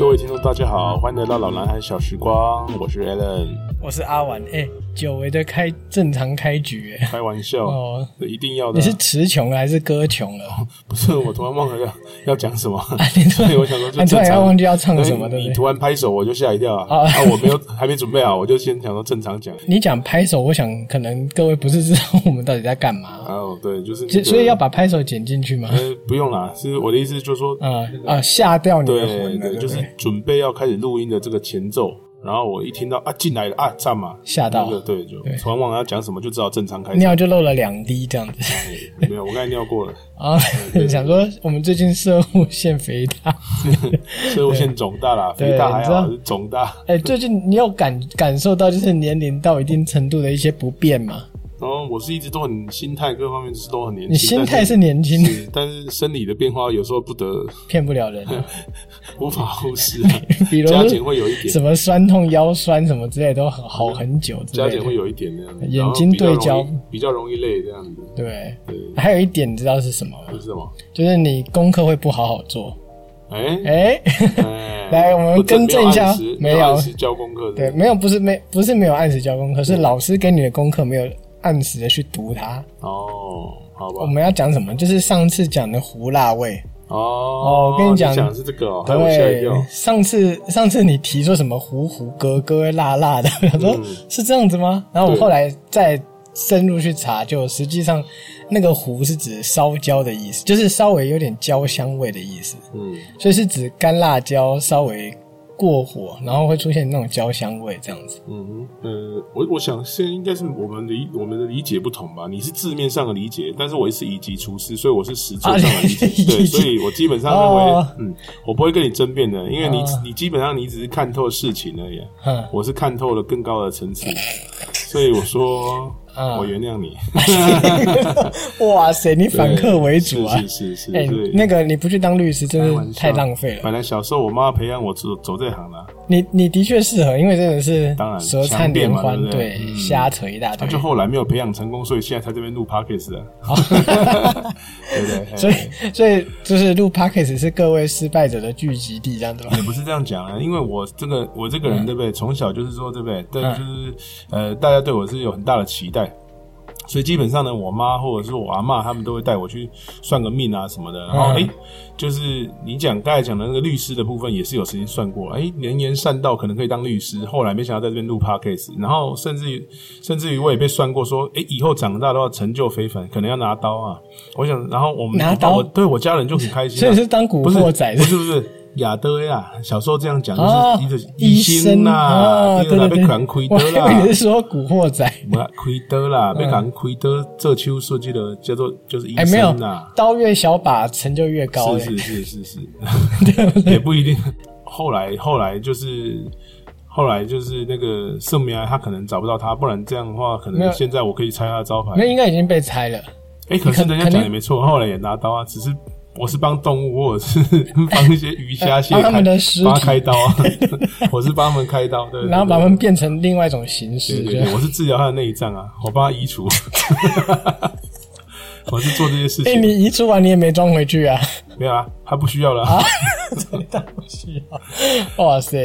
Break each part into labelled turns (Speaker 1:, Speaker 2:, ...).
Speaker 1: Hello，大家好，欢迎来到老男孩小时光，我是 Alan。
Speaker 2: 我是阿
Speaker 1: 嗯
Speaker 2: 玩，哎、久违的开正常开局、哎
Speaker 1: 开玩笑，
Speaker 2: 哦，
Speaker 1: 一定要的啊。
Speaker 2: 你是词穷了还是歌穷啊了？
Speaker 1: 不是我突然忘了要要讲 什么？
Speaker 2: 啊你突然
Speaker 1: 对，我想说就
Speaker 2: 你突
Speaker 1: 正
Speaker 2: 然
Speaker 1: 常
Speaker 2: 要忘记要唱什么，
Speaker 1: 对
Speaker 2: 对
Speaker 1: 你
Speaker 2: 不对？
Speaker 1: 突然拍手，我就吓一跳啊！
Speaker 2: 啊
Speaker 1: 啊，我没有还没准备好，我就先想说正常讲。
Speaker 2: 你讲拍手，我想可能各位不是知道我们到底在干嘛，
Speaker 1: 哦，对，就是那
Speaker 2: 所
Speaker 1: 个
Speaker 2: 以所以要把拍手剪进去吗？
Speaker 1: 呃不用啦，是我的意思，就是说
Speaker 2: 啊啊，吓掉你的
Speaker 1: 对
Speaker 2: 魂了，对不对
Speaker 1: 就是准备要开始录音的这个前奏，然后我一听到啊进来了啊站嘛，
Speaker 2: 吓到
Speaker 1: 那个对，就
Speaker 2: 对
Speaker 1: 突然忘了要讲什么，就知道正常开始。哎
Speaker 2: 尿就漏了两滴这样子
Speaker 1: 没有，我刚才尿过了，
Speaker 2: 啊，想说我们最近射物腺肥 大，
Speaker 1: 所以我现在肿大了，
Speaker 2: 对
Speaker 1: 肥大还
Speaker 2: 你知道
Speaker 1: 好，是肿大。
Speaker 2: 哎、最近你有感感受到就是年龄到一定程度的一些不便吗？
Speaker 1: 然后我是一直都很心态各方面就是都很年轻，
Speaker 2: 你心态
Speaker 1: 但
Speaker 2: 是年轻，
Speaker 1: 是，但是生理的变化有时候不得
Speaker 2: 骗 不了人啊、，
Speaker 1: 无法忽视啊
Speaker 2: 比如
Speaker 1: 加减会有一点
Speaker 2: 什，么酸痛、腰酸什么之类都好好很久之
Speaker 1: 加
Speaker 2: 类
Speaker 1: 减会
Speaker 2: 的。
Speaker 1: 有一点那样，
Speaker 2: 眼
Speaker 1: 然后
Speaker 2: 睛
Speaker 1: 比较
Speaker 2: 对
Speaker 1: 容易
Speaker 2: 焦
Speaker 1: 比较容易累这样子，
Speaker 2: 对，
Speaker 1: 对，
Speaker 2: 还有一点你知道是什么吗？
Speaker 1: 是什么？
Speaker 2: 就是你功课会不好好做。
Speaker 1: 哎
Speaker 2: 哎、
Speaker 1: 哎，
Speaker 2: 来我们
Speaker 1: 不准
Speaker 2: 更正一下啊
Speaker 1: 没有按时没有
Speaker 2: 没有
Speaker 1: 按时交功课，
Speaker 2: 对，，没有，不是没不是没有按时交功课，是老师给你的功课没有按时的去读它。
Speaker 1: 哦，好吧
Speaker 2: 我，们要讲什么？就是上次讲的胡辣味。
Speaker 1: 哦
Speaker 2: 我跟
Speaker 1: 你
Speaker 2: 你讲
Speaker 1: 是这个哦，害我吓一
Speaker 2: 对
Speaker 1: 跳，，
Speaker 2: 上次上次你提说什么胡胡哥哥辣辣的， 我想说、
Speaker 1: 嗯
Speaker 2: 是这样子吗？然后我
Speaker 1: 对
Speaker 2: 后来再深入去查，就实际上那个胡是指烧焦的意思，就是稍微有点焦香味的意思，
Speaker 1: 嗯，
Speaker 2: 所以是指干辣椒稍微过火，然后会出现那种焦香味这样 子。
Speaker 1: 嗯哼，呃，我我想现在应该是我们理我们的理解不同吧。你是字面上的理解，但是我是乙级厨师，所以我是实作上的理解。
Speaker 2: 啊你是
Speaker 1: 对，
Speaker 2: 乙级
Speaker 1: 所以我基本上认为，
Speaker 2: 哦
Speaker 1: 嗯，我不会跟你争辩的，因为你、
Speaker 2: 哦
Speaker 1: 你基本上你只是看透事情而已啊，
Speaker 2: 嗯，
Speaker 1: 我是看透了更高的层次，所以我说。
Speaker 2: 啊
Speaker 1: 我原谅你，
Speaker 2: 哇塞，你 反客为主啊！
Speaker 1: 是是是是，
Speaker 2: 哎、
Speaker 1: 对
Speaker 2: 那个你不去当律师，真
Speaker 1: 开玩
Speaker 2: 是
Speaker 1: 笑
Speaker 2: 太浪费了。
Speaker 1: 本来小时候我妈培养我走走这行啦、
Speaker 2: 你你的确适合，因为真的是
Speaker 1: 当然
Speaker 2: 舌
Speaker 1: 强
Speaker 2: 灿
Speaker 1: 辩
Speaker 2: 莲
Speaker 1: 嘛
Speaker 2: 花，
Speaker 1: 对不对
Speaker 2: 对
Speaker 1: 嗯，
Speaker 2: 瞎扯一大
Speaker 1: 她
Speaker 2: 堆。
Speaker 1: 就后来没有培养成功，所以现在才这边录 podcast 啊， 对不对？哎
Speaker 2: 哦所以，所以就是录 podcast 是各位失败者的聚集地，这样子吧
Speaker 1: 也？不是这样讲啊，因为我这个我这个人对不对？从小就是说对不对？对，
Speaker 2: 嗯
Speaker 1: 就是呃，大家对我是有很大的期待，所以基本上呢，我妈或者是我阿嬷他们都会带我去算个命啊什么的。然后
Speaker 2: 嗯
Speaker 1: 诶，就是你讲刚才讲的那个律师的部分，也是有曾经算过，诶，能言善道可能可以当律师，后来没想到在这边录 podcast，然后甚至于甚至于我也被算过说，诶，以后长大的话成就非凡，可能要拿刀啊。我想，然后我们
Speaker 2: 拿刀
Speaker 1: 我对我家人就很开心、啊，
Speaker 2: 所以是当古
Speaker 1: 不是
Speaker 2: 惑仔
Speaker 1: 不是不是亚德呀，小时候这样讲
Speaker 2: 哦
Speaker 1: 就是一个
Speaker 2: 医
Speaker 1: 生
Speaker 2: 生
Speaker 1: 啦，
Speaker 2: 啊，
Speaker 1: 第
Speaker 2: 对
Speaker 1: 二被
Speaker 2: 对对，
Speaker 1: 砍亏
Speaker 2: 我
Speaker 1: 的啦
Speaker 2: 以为，是说古惑仔，
Speaker 1: 没亏的啦，被
Speaker 2: 嗯
Speaker 1: 砍亏的这秋说记得叫做就是医
Speaker 2: 哎，没有
Speaker 1: 生啦，，
Speaker 2: 刀越小把成就越高，哎
Speaker 1: 是是是是 是，也不一定。后来后来就是。后来就是那个圣米埃，他可能找不到他，不然这样的话，可
Speaker 2: 没
Speaker 1: 能
Speaker 2: 有
Speaker 1: 现在我可以拆他的招牌。啊
Speaker 2: 没有应该已经被拆了。
Speaker 1: 哎、可是
Speaker 2: 可
Speaker 1: 人家
Speaker 2: 肯定
Speaker 1: 讲也没错，后来也拿刀啊，只是我是帮动物，或者是 帮一些鱼虾蟹
Speaker 2: 帮他
Speaker 1: 开
Speaker 2: 们的尸体
Speaker 1: 帮他开刀啊， 我是帮他们开刀，对对
Speaker 2: 然后
Speaker 1: 对
Speaker 2: 把它们变成另外一种形式，
Speaker 1: 对对
Speaker 2: 就
Speaker 1: 对，我是治疗他的内脏啊，我帮他移除， 我是做这些事
Speaker 2: 哎，
Speaker 1: 情，
Speaker 2: 你移除完你也没装回 去啊？
Speaker 1: 没有啊，他不需要了，
Speaker 2: 哇塞！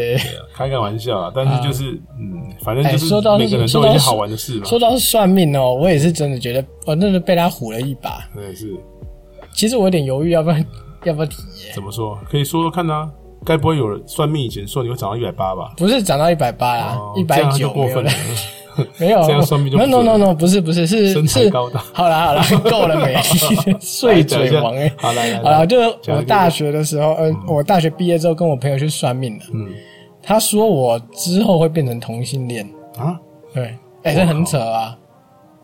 Speaker 1: 开个玩笑啊，但是就是、嗯，反正就
Speaker 2: 哎
Speaker 1: 是
Speaker 2: 说到
Speaker 1: 每个人都
Speaker 2: 说
Speaker 1: 有一
Speaker 2: 到
Speaker 1: 些好玩的事嘛，
Speaker 2: 说到算命哦，我也是真的觉得，我真的被他唬了一把。
Speaker 1: 对是
Speaker 2: 其实我有点犹豫，要不要要不要提耶？
Speaker 1: 怎么说，可以说说看啊，该不会有人算命以前说你会长到一百八吧？
Speaker 2: 不是涨到一百八啦
Speaker 1: 哦，
Speaker 2: 一
Speaker 1: 这
Speaker 2: 百
Speaker 1: 样就
Speaker 2: 九
Speaker 1: 过分了。
Speaker 2: 没有，
Speaker 1: 这样算命就不
Speaker 2: no
Speaker 1: 准
Speaker 2: no no no 不是不是是
Speaker 1: 身材
Speaker 2: 是
Speaker 1: 高大
Speaker 2: 好啦好啦， 够了 没？碎嘴王哎、
Speaker 1: 好来来来
Speaker 2: 好啦，就是
Speaker 1: 讲一
Speaker 2: 我
Speaker 1: 个
Speaker 2: 大学的时候，呃，我大学毕业之后跟我朋友去算命了，
Speaker 1: 嗯
Speaker 2: 他说我之后会变成同性恋，
Speaker 1: 啊，
Speaker 2: 对，哎、这很扯啊，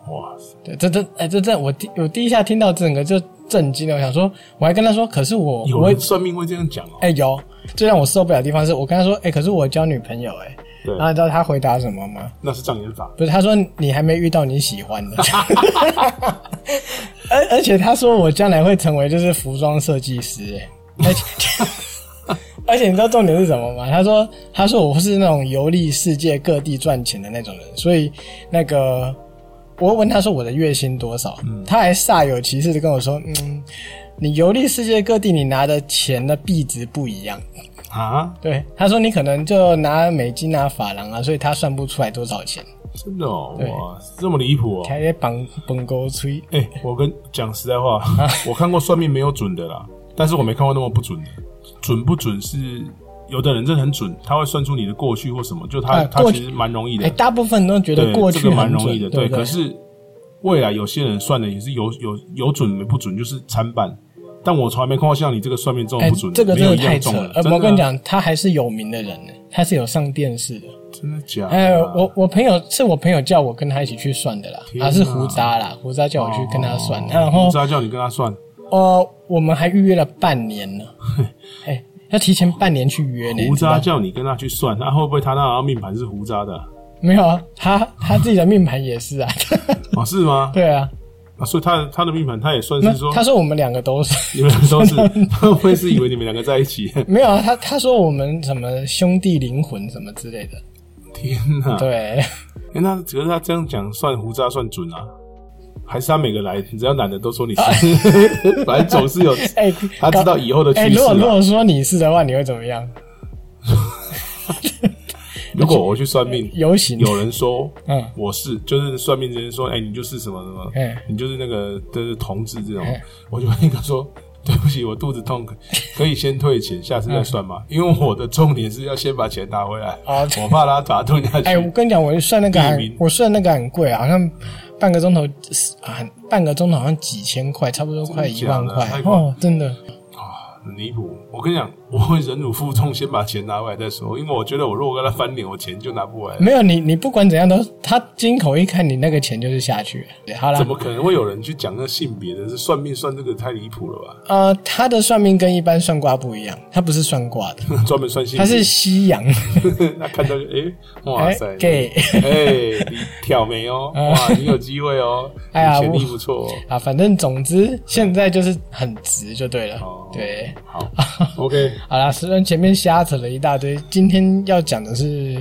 Speaker 1: 哇塞！
Speaker 2: 对，这这哎、这这我第我第一下听到整个就震惊了，我想说我还跟他说，可是我
Speaker 1: 有
Speaker 2: 我
Speaker 1: 人算命会这样讲哦、
Speaker 2: 哎、有，最让我受不了的地方是我跟他说，哎、可是我交女朋友哎、
Speaker 1: 对
Speaker 2: 然后你知道他回答什么吗？
Speaker 1: 那是障眼法。
Speaker 2: 不是，他说你还没遇到你喜欢的， 而而且他说我将来会成为就是服装设计师，哎而且 而且你知道重点是什么吗？他说他说我是那种游历世界各地赚钱的那种人，所以那个我问他说我的月薪多少，他还煞有其事的跟我说，嗯，你游历世界各地，你拿的钱的币值不一样。
Speaker 1: 啊，
Speaker 2: 对，他说你可能就拿美金啊、法郎啊，所以他算不出来多少钱。
Speaker 1: 真的哦，
Speaker 2: 对
Speaker 1: 哇，这么离谱哦！
Speaker 2: 开始绑绑狗吹，
Speaker 1: 哎、我跟讲实在话，
Speaker 2: 啊
Speaker 1: 我看过算命没有准的啦，但是我没看过那么不准的。准不准是有的人真的很准，他会算出你的过去或什么，就他、
Speaker 2: 哎
Speaker 1: 他
Speaker 2: 过
Speaker 1: 其实蛮容易
Speaker 2: 哎、
Speaker 1: 的，
Speaker 2: 大部分都觉得
Speaker 1: 对，
Speaker 2: 过去
Speaker 1: 这个蛮
Speaker 2: 很
Speaker 1: 容
Speaker 2: 准，
Speaker 1: 易的，
Speaker 2: 对不对
Speaker 1: 可是未来有些人算的也是有有有准没不准，就是参半。但我从来没看过像你这个算命这么
Speaker 2: 哎、
Speaker 1: 不准的，
Speaker 2: 这个
Speaker 1: 没
Speaker 2: 真
Speaker 1: 有
Speaker 2: 的
Speaker 1: 一
Speaker 2: 太
Speaker 1: 样
Speaker 2: 扯
Speaker 1: 中
Speaker 2: 了
Speaker 1: 的。。
Speaker 2: 呃
Speaker 1: 真的啊
Speaker 2: 我跟你，讲，他还是有名的人呢，他是有上电视的。
Speaker 1: 真的假的啊？
Speaker 2: 哎、我我朋友是我朋友叫我跟他一起去算的啦，
Speaker 1: 天
Speaker 2: 啊是
Speaker 1: 哪
Speaker 2: 胡渣啦，胡渣叫我去跟他算，
Speaker 1: 哦
Speaker 2: 然后
Speaker 1: 知道叫你跟他算，
Speaker 2: 呃我们还预约了半年 呢，哎、要提前半年去约呢，
Speaker 1: 胡渣
Speaker 2: 你知道
Speaker 1: 叫你跟他去算，那会不会他那好像命盘是胡渣的啊？
Speaker 2: 没有啊，他他自己的命盘也是啊，
Speaker 1: 哦，是吗？
Speaker 2: 对啊，
Speaker 1: 啊，所以他的他的命盘，他也算
Speaker 2: 那
Speaker 1: 是说，
Speaker 2: 他说我们两个都是。
Speaker 1: 你们都是， 他会不会是以为你们两个在一起？
Speaker 2: 没有啊，他他说我们什么兄弟灵魂什么之类的，
Speaker 1: 天哪！
Speaker 2: 对，
Speaker 1: 诶那只是他这样讲算胡渣算准啊？还是他每个来，只要男的都说你是， 反正总是有，
Speaker 2: 哎、
Speaker 1: 他知道以后的
Speaker 2: 哎、
Speaker 1: 趋势
Speaker 2: 如果如
Speaker 1: 啊。
Speaker 2: 果说你是的话，你会怎么样？
Speaker 1: 如果我去算命，
Speaker 2: 游行，
Speaker 1: 有人说
Speaker 2: 嗯，
Speaker 1: 我是，就是算命之人说，哎，你就是什么什么
Speaker 2: 嗯，
Speaker 1: 你就是那个就是同志这种
Speaker 2: 嗯，
Speaker 1: 我就会跟他说。 对不起，我肚子 痛，可可以先退钱，下次再算嘛。
Speaker 2: 嗯
Speaker 1: 因为我的重点是要先把钱拿回来，
Speaker 2: 哦
Speaker 1: 我怕他打吞下去。
Speaker 2: 哎、我跟你讲，我算那个还
Speaker 1: 地名，
Speaker 2: 我算那个很贵啊，好像半个钟头啊，半个钟头好像几千块，差不多快一万块
Speaker 1: 真的假的
Speaker 2: 哦，真的。
Speaker 1: 很离谱。我跟你讲，我会忍辱负重，先把钱拿回来再说，因为我觉得我如果跟他翻脸，我钱就拿不回来了。
Speaker 2: 没有你，你不管怎样都，他金口一看，你那个钱就是下去了。对好
Speaker 1: 怎
Speaker 2: 了，
Speaker 1: 么可能会有人去讲那性别的？是算命算这个太离谱了吧？
Speaker 2: 呃，他的算命跟一般算卦不一样，他不是算 卦的，
Speaker 1: 专门算性
Speaker 2: 他
Speaker 1: 别，
Speaker 2: 是西洋，
Speaker 1: 他看到就哎、哇
Speaker 2: 哎
Speaker 1: 塞，
Speaker 2: ，gay
Speaker 1: 哎、你挑眉哦，哇，你有机会哦，
Speaker 2: 嗯 哎呀
Speaker 1: 你潜力
Speaker 2: 我
Speaker 1: 不错哦。
Speaker 2: 啊，反正总之现在就是很直就对了。
Speaker 1: 哦
Speaker 2: 对，
Speaker 1: 好，OK，
Speaker 2: 好啦，虽然前面瞎扯了一大堆，今天要讲的是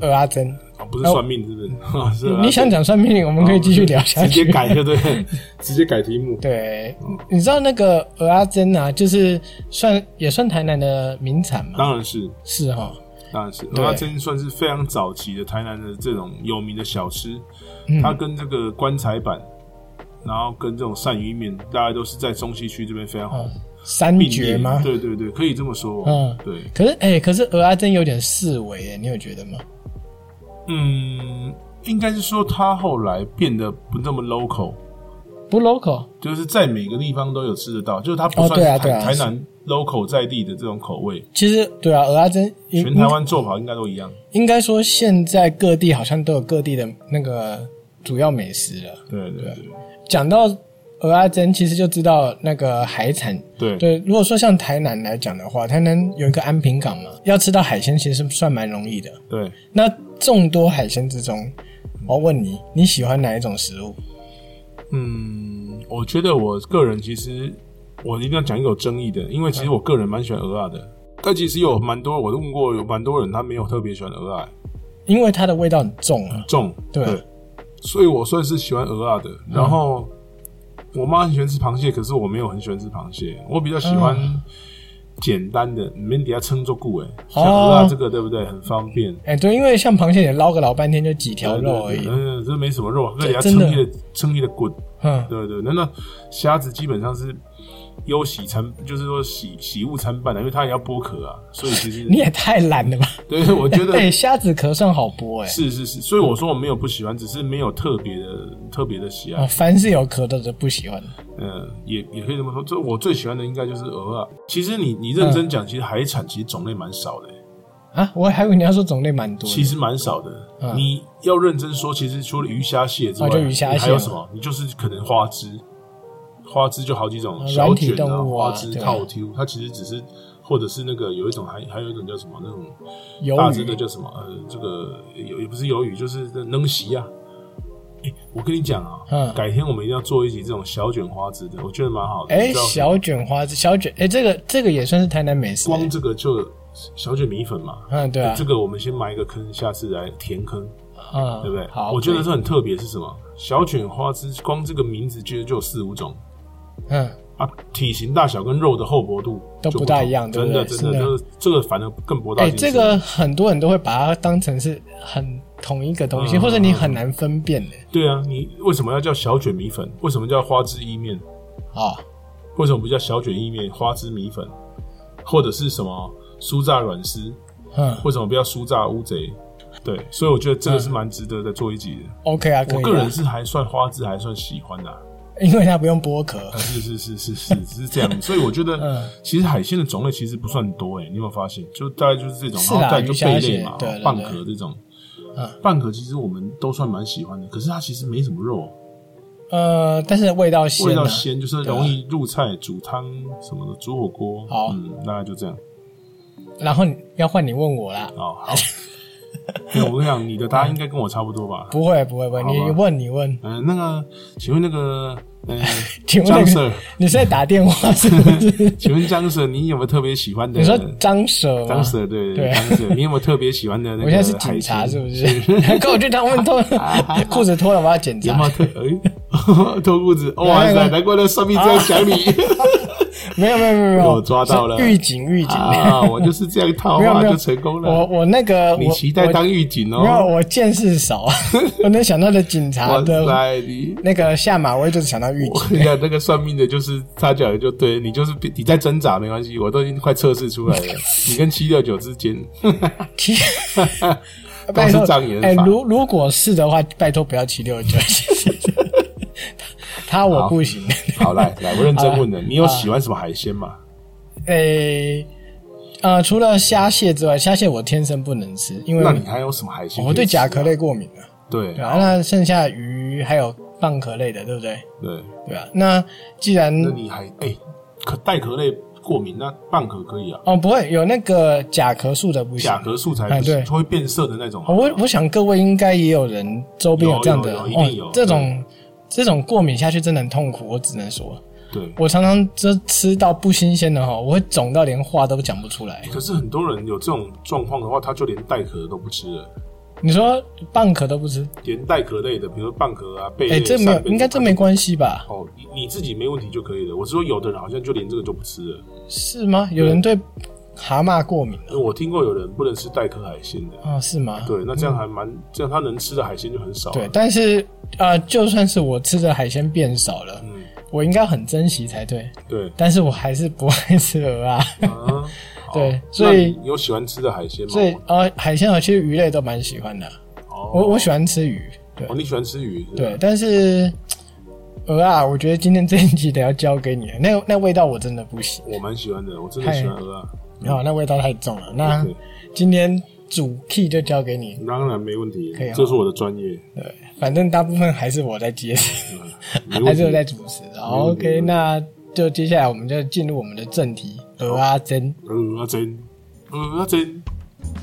Speaker 2: 二阿珍。
Speaker 1: 啊不是算命是不是？啊 是啊
Speaker 2: 你想讲算命，我们可以继续聊下
Speaker 1: 哦直接嗯
Speaker 2: 去。
Speaker 1: 改 就对了，直接改题目。
Speaker 2: 对，你知道那个鹅阿珍啊，就是算也算台南的名产嘛，
Speaker 1: 当然是，
Speaker 2: 是哦哈。
Speaker 1: 当然是，哦
Speaker 2: 对
Speaker 1: 它真算是非常早期的台南的这种有名的小吃，
Speaker 2: 嗯
Speaker 1: 它跟这个棺材板，然后跟这种鳝鱼面，大概都是在中西区这边非常好
Speaker 2: 三
Speaker 1: 并
Speaker 2: 绝
Speaker 1: 列
Speaker 2: 哦吗？
Speaker 1: 对对对，可以这么说。
Speaker 2: 嗯
Speaker 1: 对，
Speaker 2: 可是哎、可是鹅阿珍有点四维耶，你有觉得吗？
Speaker 1: 嗯，应该是说它后来变得不那么 local，
Speaker 2: 不 local
Speaker 1: 就是在每个地方都有吃得到，就是它不算
Speaker 2: 哦对啊
Speaker 1: 是台、
Speaker 2: 对啊
Speaker 1: 台
Speaker 2: 是
Speaker 1: 南 local 在地的这种口味，
Speaker 2: 其实对啊，鹅阿珍应
Speaker 1: 全台湾做法应该都一样。
Speaker 2: 应该说现在各地好像都有各地的那个主要美食了。
Speaker 1: 对对对
Speaker 2: 讲到鹅阿珍，其实就知道那个海产。
Speaker 1: 对
Speaker 2: 对，如果说像台南来讲的话，台南有一个安平港嘛，要吃到海鲜其实算蛮容易的。
Speaker 1: 对，
Speaker 2: 那众多海鲜之中，我要问你，你喜欢哪一种食物？
Speaker 1: 嗯，我觉得我个人其实我一定要讲一个有争议的，因为其实我个人蛮喜欢鹅啊的，但其实有蛮多我问过有蛮多人他没有特别喜欢鹅啊
Speaker 2: 因为它的味道很重啊。
Speaker 1: 重，
Speaker 2: 对
Speaker 1: 所以我算是喜欢鹅啊的。
Speaker 2: 嗯
Speaker 1: 然后、我妈很喜欢吃螃蟹，可是我没有很喜欢吃螃蟹，我比较喜欢
Speaker 2: 嗯
Speaker 1: 简单的，免底下称作固哎，
Speaker 2: 哦
Speaker 1: 像鹅啊这个对不对？很方便。
Speaker 2: 哎、对，因为像螃蟹也捞个老半天就几条肉而
Speaker 1: 对
Speaker 2: 已
Speaker 1: 对。对嗯，这没什么肉，而且它
Speaker 2: 真的
Speaker 1: 称一的称一的滚，
Speaker 2: 嗯，
Speaker 1: 对对，那那虾子基本上是忧喜参，就是说喜喜物参半的，因为它也要剥壳啊，所以其实
Speaker 2: 你也太懒了吧？
Speaker 1: 对，我觉得
Speaker 2: 哎、虾子壳算好剥哎、
Speaker 1: 是是是，所以我说我没有不喜欢，只是没有特别的特别的喜
Speaker 2: 啊，
Speaker 1: 爱，
Speaker 2: 凡是有壳的就不喜欢。
Speaker 1: 呃，也也可以这么说，这我最喜欢的应该就是鹅啊。其实你你认
Speaker 2: 嗯
Speaker 1: 真讲，其实海产其实种类蛮少的、
Speaker 2: 啊，我还以为你要说种类蛮多的。
Speaker 1: 其实蛮少的。
Speaker 2: 嗯
Speaker 1: 你要认真说，其实除了鱼虾蟹之外，
Speaker 2: 哦就鱼虾蟹
Speaker 1: 你还有什么？你就是可能花枝，花枝就好几种，
Speaker 2: 哦
Speaker 1: 小卷
Speaker 2: 软体动物啊
Speaker 1: 花枝、
Speaker 2: 对
Speaker 1: 套 Q，它其实只是或者是那个有一种还还有一种叫什么那种大
Speaker 2: 鱿
Speaker 1: 只的
Speaker 2: 鱼
Speaker 1: 叫什么？呃，这个有也不是鱿鱼，就是那能席啊。哎，我跟你讲啊，
Speaker 2: 嗯
Speaker 1: 改天我们一定要做一集这种小卷花枝的，我觉得蛮好的。你
Speaker 2: 哎、
Speaker 1: 知道
Speaker 2: 小卷花枝，小卷，哎、这个这个也算是台南美食、
Speaker 1: 光这个就小卷米粉嘛。
Speaker 2: 嗯，对啊
Speaker 1: 这，个我们先埋一个坑，下次来填坑。
Speaker 2: 嗯，
Speaker 1: 对不对？
Speaker 2: 好，
Speaker 1: 我觉得
Speaker 2: 可以
Speaker 1: 这很特别是什么？小卷花枝，光这个名字其实就有四五种
Speaker 2: 嗯，
Speaker 1: 啊，体型大小跟肉的厚薄度
Speaker 2: 都
Speaker 1: 就不
Speaker 2: 不大
Speaker 1: 同
Speaker 2: 一样对
Speaker 1: 真
Speaker 2: 不
Speaker 1: 的
Speaker 2: 对
Speaker 1: 真的
Speaker 2: 是的
Speaker 1: 就是这个反而更博大
Speaker 2: 哎、
Speaker 1: 精
Speaker 2: 这
Speaker 1: 深。
Speaker 2: 个很多人都会把它当成是很同一个东西，
Speaker 1: 嗯
Speaker 2: 或者你很难分辨的
Speaker 1: 对啊，你为什么要叫小卷米粉？为什么叫花枝意面？
Speaker 2: 哦。
Speaker 1: 为什么不叫小卷意面、花枝米粉，或者是什么酥炸软丝？
Speaker 2: 嗯
Speaker 1: 为什么不叫酥炸乌贼？对，所以我觉得这个是蛮值得再做一集的。
Speaker 2: ，OK 啊，可
Speaker 1: 我
Speaker 2: 以
Speaker 1: 个人
Speaker 2: 啊，
Speaker 1: 是还算花枝，还算喜欢的、啊。呃
Speaker 2: 因为它不用剥壳。
Speaker 1: 是是是是是是这样，所以我觉得
Speaker 2: 嗯
Speaker 1: 其实海鲜的种类其实不算多欸诶、你有没有发现？就大概就是这种，
Speaker 2: 是
Speaker 1: 然后
Speaker 2: 啦
Speaker 1: 再来就
Speaker 2: 鱼虾
Speaker 1: 贝类
Speaker 2: 蟹
Speaker 1: 嘛
Speaker 2: 对对，对
Speaker 1: 蚌壳这种
Speaker 2: 嗯。
Speaker 1: 蚌壳其实我们都算蛮喜欢的，可是它其实没什么肉，
Speaker 2: 呃，但是味道鲜、啊，
Speaker 1: 味道鲜，就是
Speaker 2: 对啊
Speaker 1: 容易入菜、煮汤什么的，煮火锅。
Speaker 2: 好
Speaker 1: 嗯，大概就这样。
Speaker 2: 然后你要换你问我啦，
Speaker 1: 哦， 好。没有我跟你讲，你的答案应该跟我差不多吧？
Speaker 2: 不会不会不会，
Speaker 1: 好吧
Speaker 2: 你你问你问，
Speaker 1: 嗯、那个，请问那个，嗯、
Speaker 2: 请问
Speaker 1: 张
Speaker 2: 那个
Speaker 1: Sir，
Speaker 2: 你是在打电话是不 是？
Speaker 1: 请问张 Sir，你有没有特别喜欢的？
Speaker 2: 你说张舍吗
Speaker 1: 张？Sir 对
Speaker 2: 对
Speaker 1: 张 Sir，你有没有特别喜欢的那
Speaker 2: 我现在是
Speaker 1: 个海
Speaker 2: 警察
Speaker 1: 鲜？啊
Speaker 2: 是不 是？跟我去他们脱了裤子脱了，我要检
Speaker 1: 有
Speaker 2: 查
Speaker 1: 没。有特哎脱裤子？哦哇塞，
Speaker 2: 来
Speaker 1: 难怪那上面这样讲你
Speaker 2: 没有没有没有没有，
Speaker 1: 我抓到了
Speaker 2: 是预警预警。
Speaker 1: 啊！我就是这样套
Speaker 2: 没有
Speaker 1: 话
Speaker 2: 没有
Speaker 1: 就成功
Speaker 2: 我
Speaker 1: 了。
Speaker 2: 我那个
Speaker 1: 你
Speaker 2: 我
Speaker 1: 期待当狱警
Speaker 2: 我没有
Speaker 1: 哦？
Speaker 2: 我见识少，啊 我能想到的警察
Speaker 1: 哇
Speaker 2: 的
Speaker 1: 塞，你
Speaker 2: 那个下马威就是想到预
Speaker 1: 我
Speaker 2: 警。
Speaker 1: 跟你讲，那个算命的就是他讲的就对，你就是你在挣扎没关系，我都已经快测试出来了，你跟七六九之间，
Speaker 2: 其
Speaker 1: 都
Speaker 2: 拜
Speaker 1: 是
Speaker 2: 托
Speaker 1: 障眼，法
Speaker 2: 哎，如如果是的话，拜托不要七 六九，他我不行。
Speaker 1: 好来来，我认真问了，你有喜欢什么海鲜吗？
Speaker 2: 诶、哎呃，除了虾蟹之外，虾蟹我天生不能吃，因为
Speaker 1: 那
Speaker 2: 我
Speaker 1: 你还有什么海鲜可以吃啊？
Speaker 2: 我对甲壳类过敏啊。
Speaker 1: 对
Speaker 2: 对啊，那剩下鱼还有蚌壳类的，对不对？
Speaker 1: 对。
Speaker 2: 对啊，那既然
Speaker 1: 那你还哎、可带壳类过敏，那蚌壳可以啊，
Speaker 2: 哦不会有那个甲壳素的不行
Speaker 1: 甲。壳素材
Speaker 2: 哎
Speaker 1: 不是
Speaker 2: 对
Speaker 1: 会变色的那种啊、
Speaker 2: 哦我我想各位应该也有人周边
Speaker 1: 有
Speaker 2: 这样的
Speaker 1: 有有一定有
Speaker 2: 哦，这种这种过敏下去真的很痛苦，我只能说，
Speaker 1: 对。
Speaker 2: 我常常就吃到不新鲜的哈，我会肿到连话都讲不出来。
Speaker 1: 可是很多人有这种状况的话，他就连带壳都不吃了，
Speaker 2: 你说蚌壳都不吃，
Speaker 1: 连带壳类的，比如说蚌壳啊、贝
Speaker 2: 哎、
Speaker 1: 类、
Speaker 2: 这没有
Speaker 1: 扇，贝
Speaker 2: 应该这没关系吧？
Speaker 1: 哦，你你自己没问题就可以了。我是说，有的人好像就连这个就不吃了。哎
Speaker 2: 是吗？有人对蛤蟆过敏了？
Speaker 1: 我听过有人不能吃带壳海鲜的，
Speaker 2: 啊，是吗？
Speaker 1: 对，那这样还蛮，这样他能吃的海鲜就很少啊了。
Speaker 2: 嗯对，但是呃，就算是我吃的海鲜变少了，
Speaker 1: 嗯，
Speaker 2: 我应该很珍惜才对，
Speaker 1: 对
Speaker 2: 但是我还是不爱吃 鹅啊。
Speaker 1: 啊，好
Speaker 2: 对所以
Speaker 1: 那你有喜欢吃的海鲜吗？
Speaker 2: 所以呃，海鲜和其实鱼类都蛮喜欢的，
Speaker 1: 哦，
Speaker 2: 我我喜欢吃鱼，对
Speaker 1: 哦，你喜欢吃鱼？是吧
Speaker 2: 对，但是。鹅啊，我觉得今天这一集得要交给你了，那那味道我真的不行，
Speaker 1: 我蛮喜欢的，我真的喜欢鹅啊。
Speaker 2: 啊、那味道太重了。那
Speaker 1: 对
Speaker 2: 今天主 key 就交给你，
Speaker 1: 当然没问题
Speaker 2: 可以，哦
Speaker 1: 这是我的专业，
Speaker 2: 对，反正大部分还是我在接。
Speaker 1: 嗯没问
Speaker 2: 还是
Speaker 1: 题
Speaker 2: 有。在主持。好
Speaker 1: 没问题没问题
Speaker 2: ，OK，那就接下来我们就进入我们的正题——鹅阿珍。
Speaker 1: 鹅啊真，鹅啊真，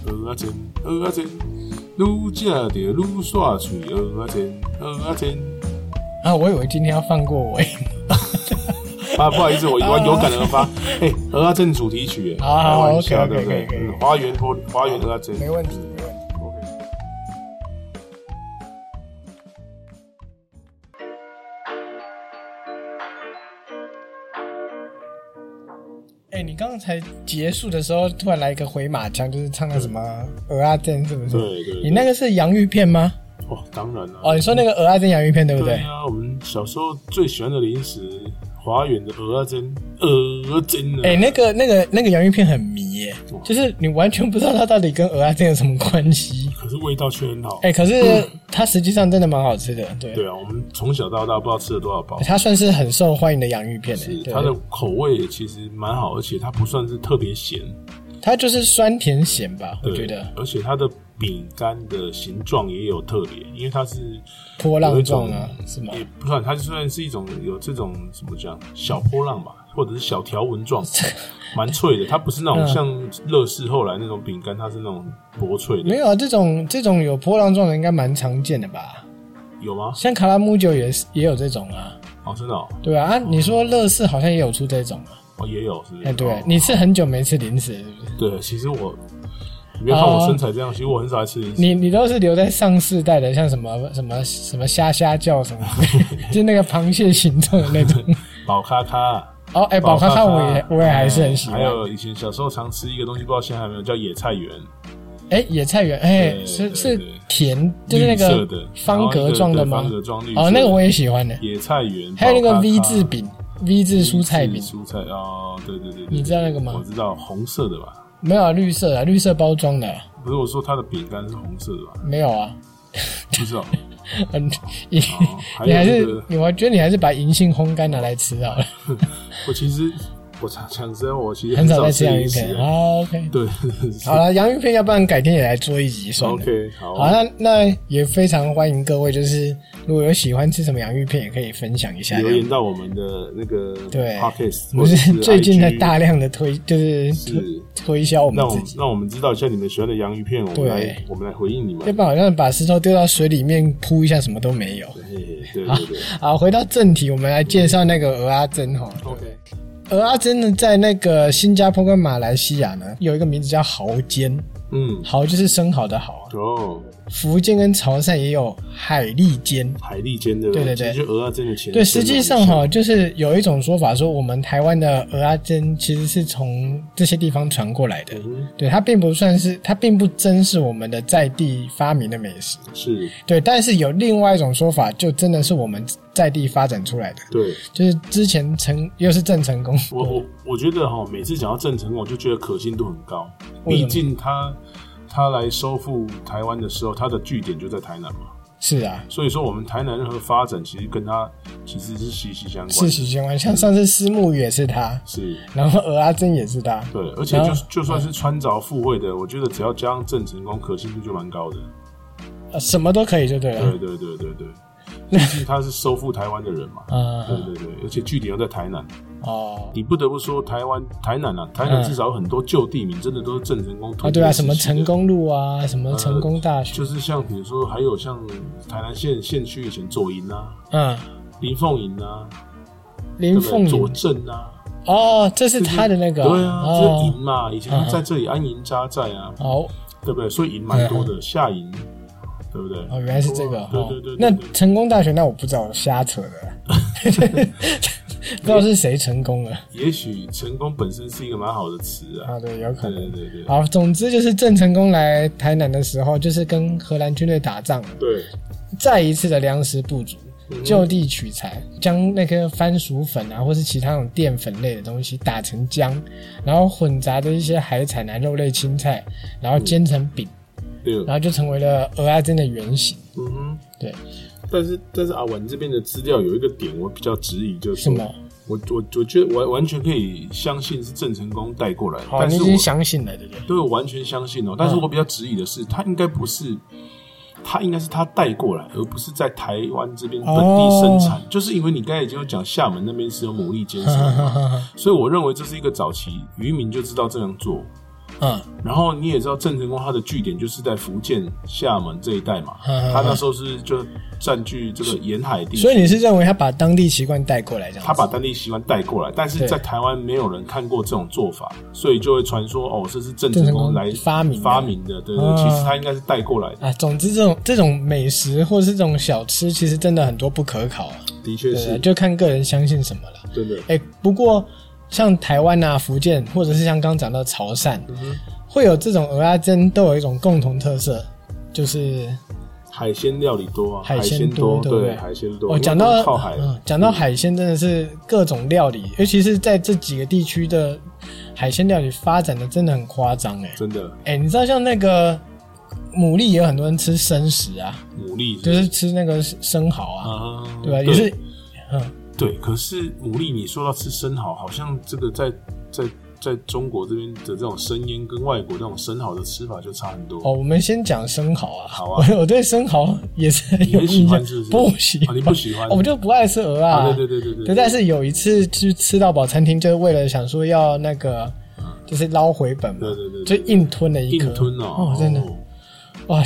Speaker 1: 鹅啊真，鹅啊真，愈食着愈煞嘴，鹅啊真，鹅啊真。
Speaker 2: 啊，我以为今天要放过我。
Speaker 1: 啊，不好意思，我我有感而 发。哎，鹅啊真主题曲，哎
Speaker 2: 好好
Speaker 1: 开玩笑，
Speaker 2: OK，OK，
Speaker 1: 对不对？
Speaker 2: 可以可以
Speaker 1: 嗯花园花花园鹅啊真。
Speaker 2: 没问题，没问题。
Speaker 1: OK
Speaker 2: 哎，你刚才结束的时候突然来一个回马枪，就是唱的什么《鹅阿珍》，是不是？
Speaker 1: 对对对
Speaker 2: 你那个是洋芋片吗？
Speaker 1: 哇，当然了。
Speaker 2: 哦，你说那个鹅阿珍洋芋片对不
Speaker 1: 对
Speaker 2: 对？
Speaker 1: 啊，我们小时候最喜欢的零食，华远的鹅啊真，鹅啊真啊
Speaker 2: 哎、那个、那个、那个洋芋片很迷耶
Speaker 1: 哇，
Speaker 2: 就是你完全不知道它到底跟鹅阿珍有什么关系。
Speaker 1: 可是味道却很好。
Speaker 2: 哎、可是它实际上真的蛮好吃的，对，
Speaker 1: 嗯对啊，我们从小到大不知道吃了多少包。
Speaker 2: 它算是很受欢迎的洋芋片诶。对
Speaker 1: 它的口味其实蛮好，而且它不算是特别咸，
Speaker 2: 它就是酸甜咸吧，我
Speaker 1: 对
Speaker 2: 觉得
Speaker 1: 而且它的饼干的形状也有特别，因为它是
Speaker 2: 波浪状啊
Speaker 1: 有一，种
Speaker 2: 是吗？
Speaker 1: 也不算，它就算是一种有这种怎么讲小波浪吧，或者是小条纹状， 蛮脆的。它不是那种
Speaker 2: 嗯
Speaker 1: 像乐事后来那种饼干，它是那种薄脆
Speaker 2: 没
Speaker 1: 的，
Speaker 2: 有啊，这种这种有波浪状的应该蛮常见的吧？
Speaker 1: 有吗？
Speaker 2: 像卡拉木酒也是也有这种啊，
Speaker 1: 哦，真的哦，
Speaker 2: 对啊，啊你说乐事好像也有出这种啊，
Speaker 1: 哦也有，是不是？
Speaker 2: 哎，对
Speaker 1: 哦，
Speaker 2: 你是很久没吃零食是不是？
Speaker 1: 对，其实我。你别看我
Speaker 2: 哦
Speaker 1: 身材这样，其实我很少爱吃零食。
Speaker 2: 你你都是留在上世代的，像什么什么 什么虾虾叫什么，就那个螃蟹形状的那种，
Speaker 1: 宝咖咖，
Speaker 2: 哦，哎，宝咖咖我也我也还是很喜欢
Speaker 1: 哎还。有以前小时候常吃一个东西，不知道现在还有没有，叫野菜园，
Speaker 2: 哎，野菜园，哎，
Speaker 1: 对
Speaker 2: 是
Speaker 1: 对
Speaker 2: 是
Speaker 1: 对
Speaker 2: 甜，就是那
Speaker 1: 绿色
Speaker 2: 个
Speaker 1: 的
Speaker 2: 方格状的
Speaker 1: 然
Speaker 2: 吗
Speaker 1: 后一个对方？格状绿色的
Speaker 2: 哦，那个我也喜欢的。
Speaker 1: 野菜园，
Speaker 2: 还有那个
Speaker 1: 宝咖咖
Speaker 2: V 字饼，V 字蔬菜饼，
Speaker 1: 蔬菜哦，对对对对，
Speaker 2: 你知道那个吗
Speaker 1: 我知道，红色的吧？
Speaker 2: 没有啊，绿色的啊，绿色包装的啊，
Speaker 1: 不是我说它的饼干是红色的吧？
Speaker 2: 没有啊。
Speaker 1: 不 知道，
Speaker 2: 嗯，你
Speaker 1: 哦还
Speaker 2: 你还
Speaker 1: 有那
Speaker 2: 是
Speaker 1: 个，
Speaker 2: 你，我觉得你还是把银杏烘干拿来吃好了，
Speaker 1: 我其实我常讲真，我其实
Speaker 2: 很少
Speaker 1: 少
Speaker 2: 在
Speaker 1: 吃
Speaker 2: 吃洋芋
Speaker 1: 零食
Speaker 2: 片。。啊好，OK，
Speaker 1: 对，
Speaker 2: 好了，洋芋片要不然改天也来做一集算了。
Speaker 1: OK，好，
Speaker 2: 好，那那也非常欢迎各位，就是如果有喜欢吃什么洋芋片，也可以分享一下。
Speaker 1: 留言到我们的那个
Speaker 2: 对
Speaker 1: Podcast，
Speaker 2: 我
Speaker 1: 或者
Speaker 2: 们是最近在
Speaker 1: IG
Speaker 2: 大量的推，就是推
Speaker 1: 是
Speaker 2: 推销我们
Speaker 1: 让我
Speaker 2: 自
Speaker 1: 们
Speaker 2: 己。
Speaker 1: 让我们知道一下你们喜欢的洋芋片，我们
Speaker 2: 对
Speaker 1: 来我们来回应你们
Speaker 2: 要。不然好像把石头丢到水里面扑一下，什么都没有。
Speaker 1: 嘿嘿对
Speaker 2: 啊
Speaker 1: 对对
Speaker 2: 好，回到正题，我们来介绍那个鹅阿珍哈。
Speaker 1: ，OK，
Speaker 2: 鹅阿珍呢，在那个新加坡跟马来西亚呢，有一个名字叫蚝煎，
Speaker 1: 嗯，
Speaker 2: 蚝就是生蚝的蚝啊。
Speaker 1: 哦，
Speaker 2: 福建跟潮汕也有海蛎煎。
Speaker 1: 海蛎煎对不
Speaker 2: 对对
Speaker 1: 其
Speaker 2: 对
Speaker 1: 实就鹅啊，真的前
Speaker 2: 对，
Speaker 1: 身
Speaker 2: 实际
Speaker 1: 嘛
Speaker 2: 上哈，，就是有一种说法说，我们台湾的鹅阿珍其实是从这些地方传过来的。
Speaker 1: 嗯，
Speaker 2: 对，它并不算是，它并不真是我们的在地发明的美食。
Speaker 1: 是
Speaker 2: 对，但是有另外一种说法，就真的是我们在地发展出来的，
Speaker 1: 对。
Speaker 2: 就是之前成又是郑成功，
Speaker 1: 我我我觉得哈，每次讲到郑成功，我就觉得可信度很高。
Speaker 2: 为什
Speaker 1: 毕
Speaker 2: 么
Speaker 1: 竟他他来收复台湾的时候，他的据点就在台南嘛。
Speaker 2: 是啊，
Speaker 1: 所以说，我们台南任何发展，其实跟他其实是息息相关
Speaker 2: 是
Speaker 1: 的。
Speaker 2: 许仙湾，像上次私募也是他，
Speaker 1: 是，
Speaker 2: 然后鹅阿珍也是他，
Speaker 1: 对。而且
Speaker 2: 然后
Speaker 1: 就就算是穿着附会的，我觉得只要加上郑成功，可信度就蛮高的。
Speaker 2: 呃什么都可以就对了
Speaker 1: 对，对对对对， 毕竟他是收复台湾的人嘛。
Speaker 2: 啊、
Speaker 1: 对对对，而且据点又在台南，
Speaker 2: 哦。
Speaker 1: 你不得不说台湾台南啊，台南
Speaker 2: 嗯
Speaker 1: 至少有很多旧地名，真的都是郑成功土
Speaker 2: 啊，对啊，
Speaker 1: 著
Speaker 2: 什么
Speaker 1: 时期的
Speaker 2: 成功路啊，什么成功大学，
Speaker 1: 呃就是像比如说，还有像台南县县区以前左营啊、
Speaker 2: 嗯，
Speaker 1: 林凤营啊、
Speaker 2: 林凤
Speaker 1: 对不对左镇
Speaker 2: 营，
Speaker 1: 啊，
Speaker 2: 哦，这是他的那个，
Speaker 1: 对啊，这是营
Speaker 2: 哦，
Speaker 1: 嘛，以前
Speaker 2: 嗯嗯
Speaker 1: 在这里安营扎寨啊，
Speaker 2: 哦，
Speaker 1: 对不对？所以营蛮多的，下营，对不对？
Speaker 2: 嗯哦，原来是这个，
Speaker 1: 对
Speaker 2: 哦
Speaker 1: 对对对，
Speaker 2: 那
Speaker 1: 对
Speaker 2: 成功大学，那我不知道，我瞎扯的， 不知道是谁成功了
Speaker 1: 也许成功本身是一个蛮好的词啊，
Speaker 2: 啊，对，有 可
Speaker 1: 对
Speaker 2: 能。
Speaker 1: 对对对
Speaker 2: 好，总之就是郑成功来台南的时候，就是跟荷兰军队打仗，
Speaker 1: 对，
Speaker 2: 再一次的粮食不足，
Speaker 1: 嗯
Speaker 2: 就地取材，将那个番薯粉啊，或是其他那种淀粉类的东西打成浆，然后混杂着一些海产啊、肉类、青菜，然后煎成饼，
Speaker 1: 对，
Speaker 2: 然后就成为了鹅阿珍的原型。
Speaker 1: 嗯哼。
Speaker 2: 对，
Speaker 1: 但是但是阿文这边的资料有一个点，我比较质疑，就是
Speaker 2: 什
Speaker 1: 说
Speaker 2: 么？
Speaker 1: 我我我觉得完完全可以相信是郑成功带过来的，
Speaker 2: 好，
Speaker 1: 但
Speaker 2: 你
Speaker 1: 是
Speaker 2: 已
Speaker 1: 我
Speaker 2: 经相信了，对不对？
Speaker 1: 对我完全相信哦。但是我比较质疑的是，他应该不是，他应该是他带过来，而不是在台湾这边本地生
Speaker 2: 哦
Speaker 1: 产。就是因为你刚才已经有讲厦门那边是有牡蛎煎什么 的嘛，所以我认为这是一个早期渔民就知道这样做。
Speaker 2: 嗯，
Speaker 1: 然后你也知道郑成功他的据点就是在福建厦门这一带嘛，
Speaker 2: 嗯嗯嗯
Speaker 1: 他那时候是就占据这个沿海地
Speaker 2: 所
Speaker 1: 区。
Speaker 2: 以你是认为他把当地习惯带过来这样子？
Speaker 1: 他把当地习惯带过来，但是
Speaker 2: 对
Speaker 1: 在台湾没有人看过这种做法，所以就会传说哦，这是郑
Speaker 2: 郑
Speaker 1: 成
Speaker 2: 成功
Speaker 1: 功来
Speaker 2: 发明的
Speaker 1: 发明的，对对对，
Speaker 2: 嗯
Speaker 1: 其实他应该是带过来的。
Speaker 2: 啊，总之这种这种美食或是这种小吃，其实真的很多不可考、啊，
Speaker 1: 的确
Speaker 2: 对啊，
Speaker 1: 是
Speaker 2: 就看个人相信什么了。
Speaker 1: 真的，
Speaker 2: 哎、不过像台湾啊、福建，或者是像刚讲到潮汕，
Speaker 1: 嗯
Speaker 2: 会有这种鹅阿珍，都有一种共同特色，就是
Speaker 1: 海鲜料理多啊，
Speaker 2: 海
Speaker 1: 海
Speaker 2: 鲜
Speaker 1: 多，
Speaker 2: 对不对？
Speaker 1: 对，海鲜多。
Speaker 2: 哦，
Speaker 1: 因为
Speaker 2: 讲
Speaker 1: 都
Speaker 2: 到
Speaker 1: 是靠海，
Speaker 2: 嗯，讲到海鲜，真的是各种料理，尤其是在这几个地区的海鲜料理发展的真的很夸张哎、
Speaker 1: 真的
Speaker 2: 哎、你知道像那个牡蛎，也有很多人吃生食啊，
Speaker 1: 牡蛎
Speaker 2: 就是是吃那个生蚝啊，
Speaker 1: 啊，
Speaker 2: 对吧、也是，嗯，
Speaker 1: 对。可是牡蛎，你说到吃生蚝，好像这个在在在中国这边的这种生腌跟外国那种生蚝的吃法就差很
Speaker 2: 哦，
Speaker 1: 多。
Speaker 2: 我们先讲生蚝啊。
Speaker 1: 好啊
Speaker 2: 我我对生蚝也是很
Speaker 1: 你
Speaker 2: 有
Speaker 1: 很喜
Speaker 2: 印象
Speaker 1: 欢，是不是？
Speaker 2: 不喜
Speaker 1: 啊
Speaker 2: 欢，
Speaker 1: 你不喜欢？
Speaker 2: 我就不爱吃鹅啊。
Speaker 1: 啊，对对对对
Speaker 2: 对但是有一次去吃到饱餐厅，就是为了想说要那个，就是捞回本嘛，
Speaker 1: 啊对对对对
Speaker 2: 就硬吞了一颗，
Speaker 1: 硬吞哦，
Speaker 2: 真的， 哇，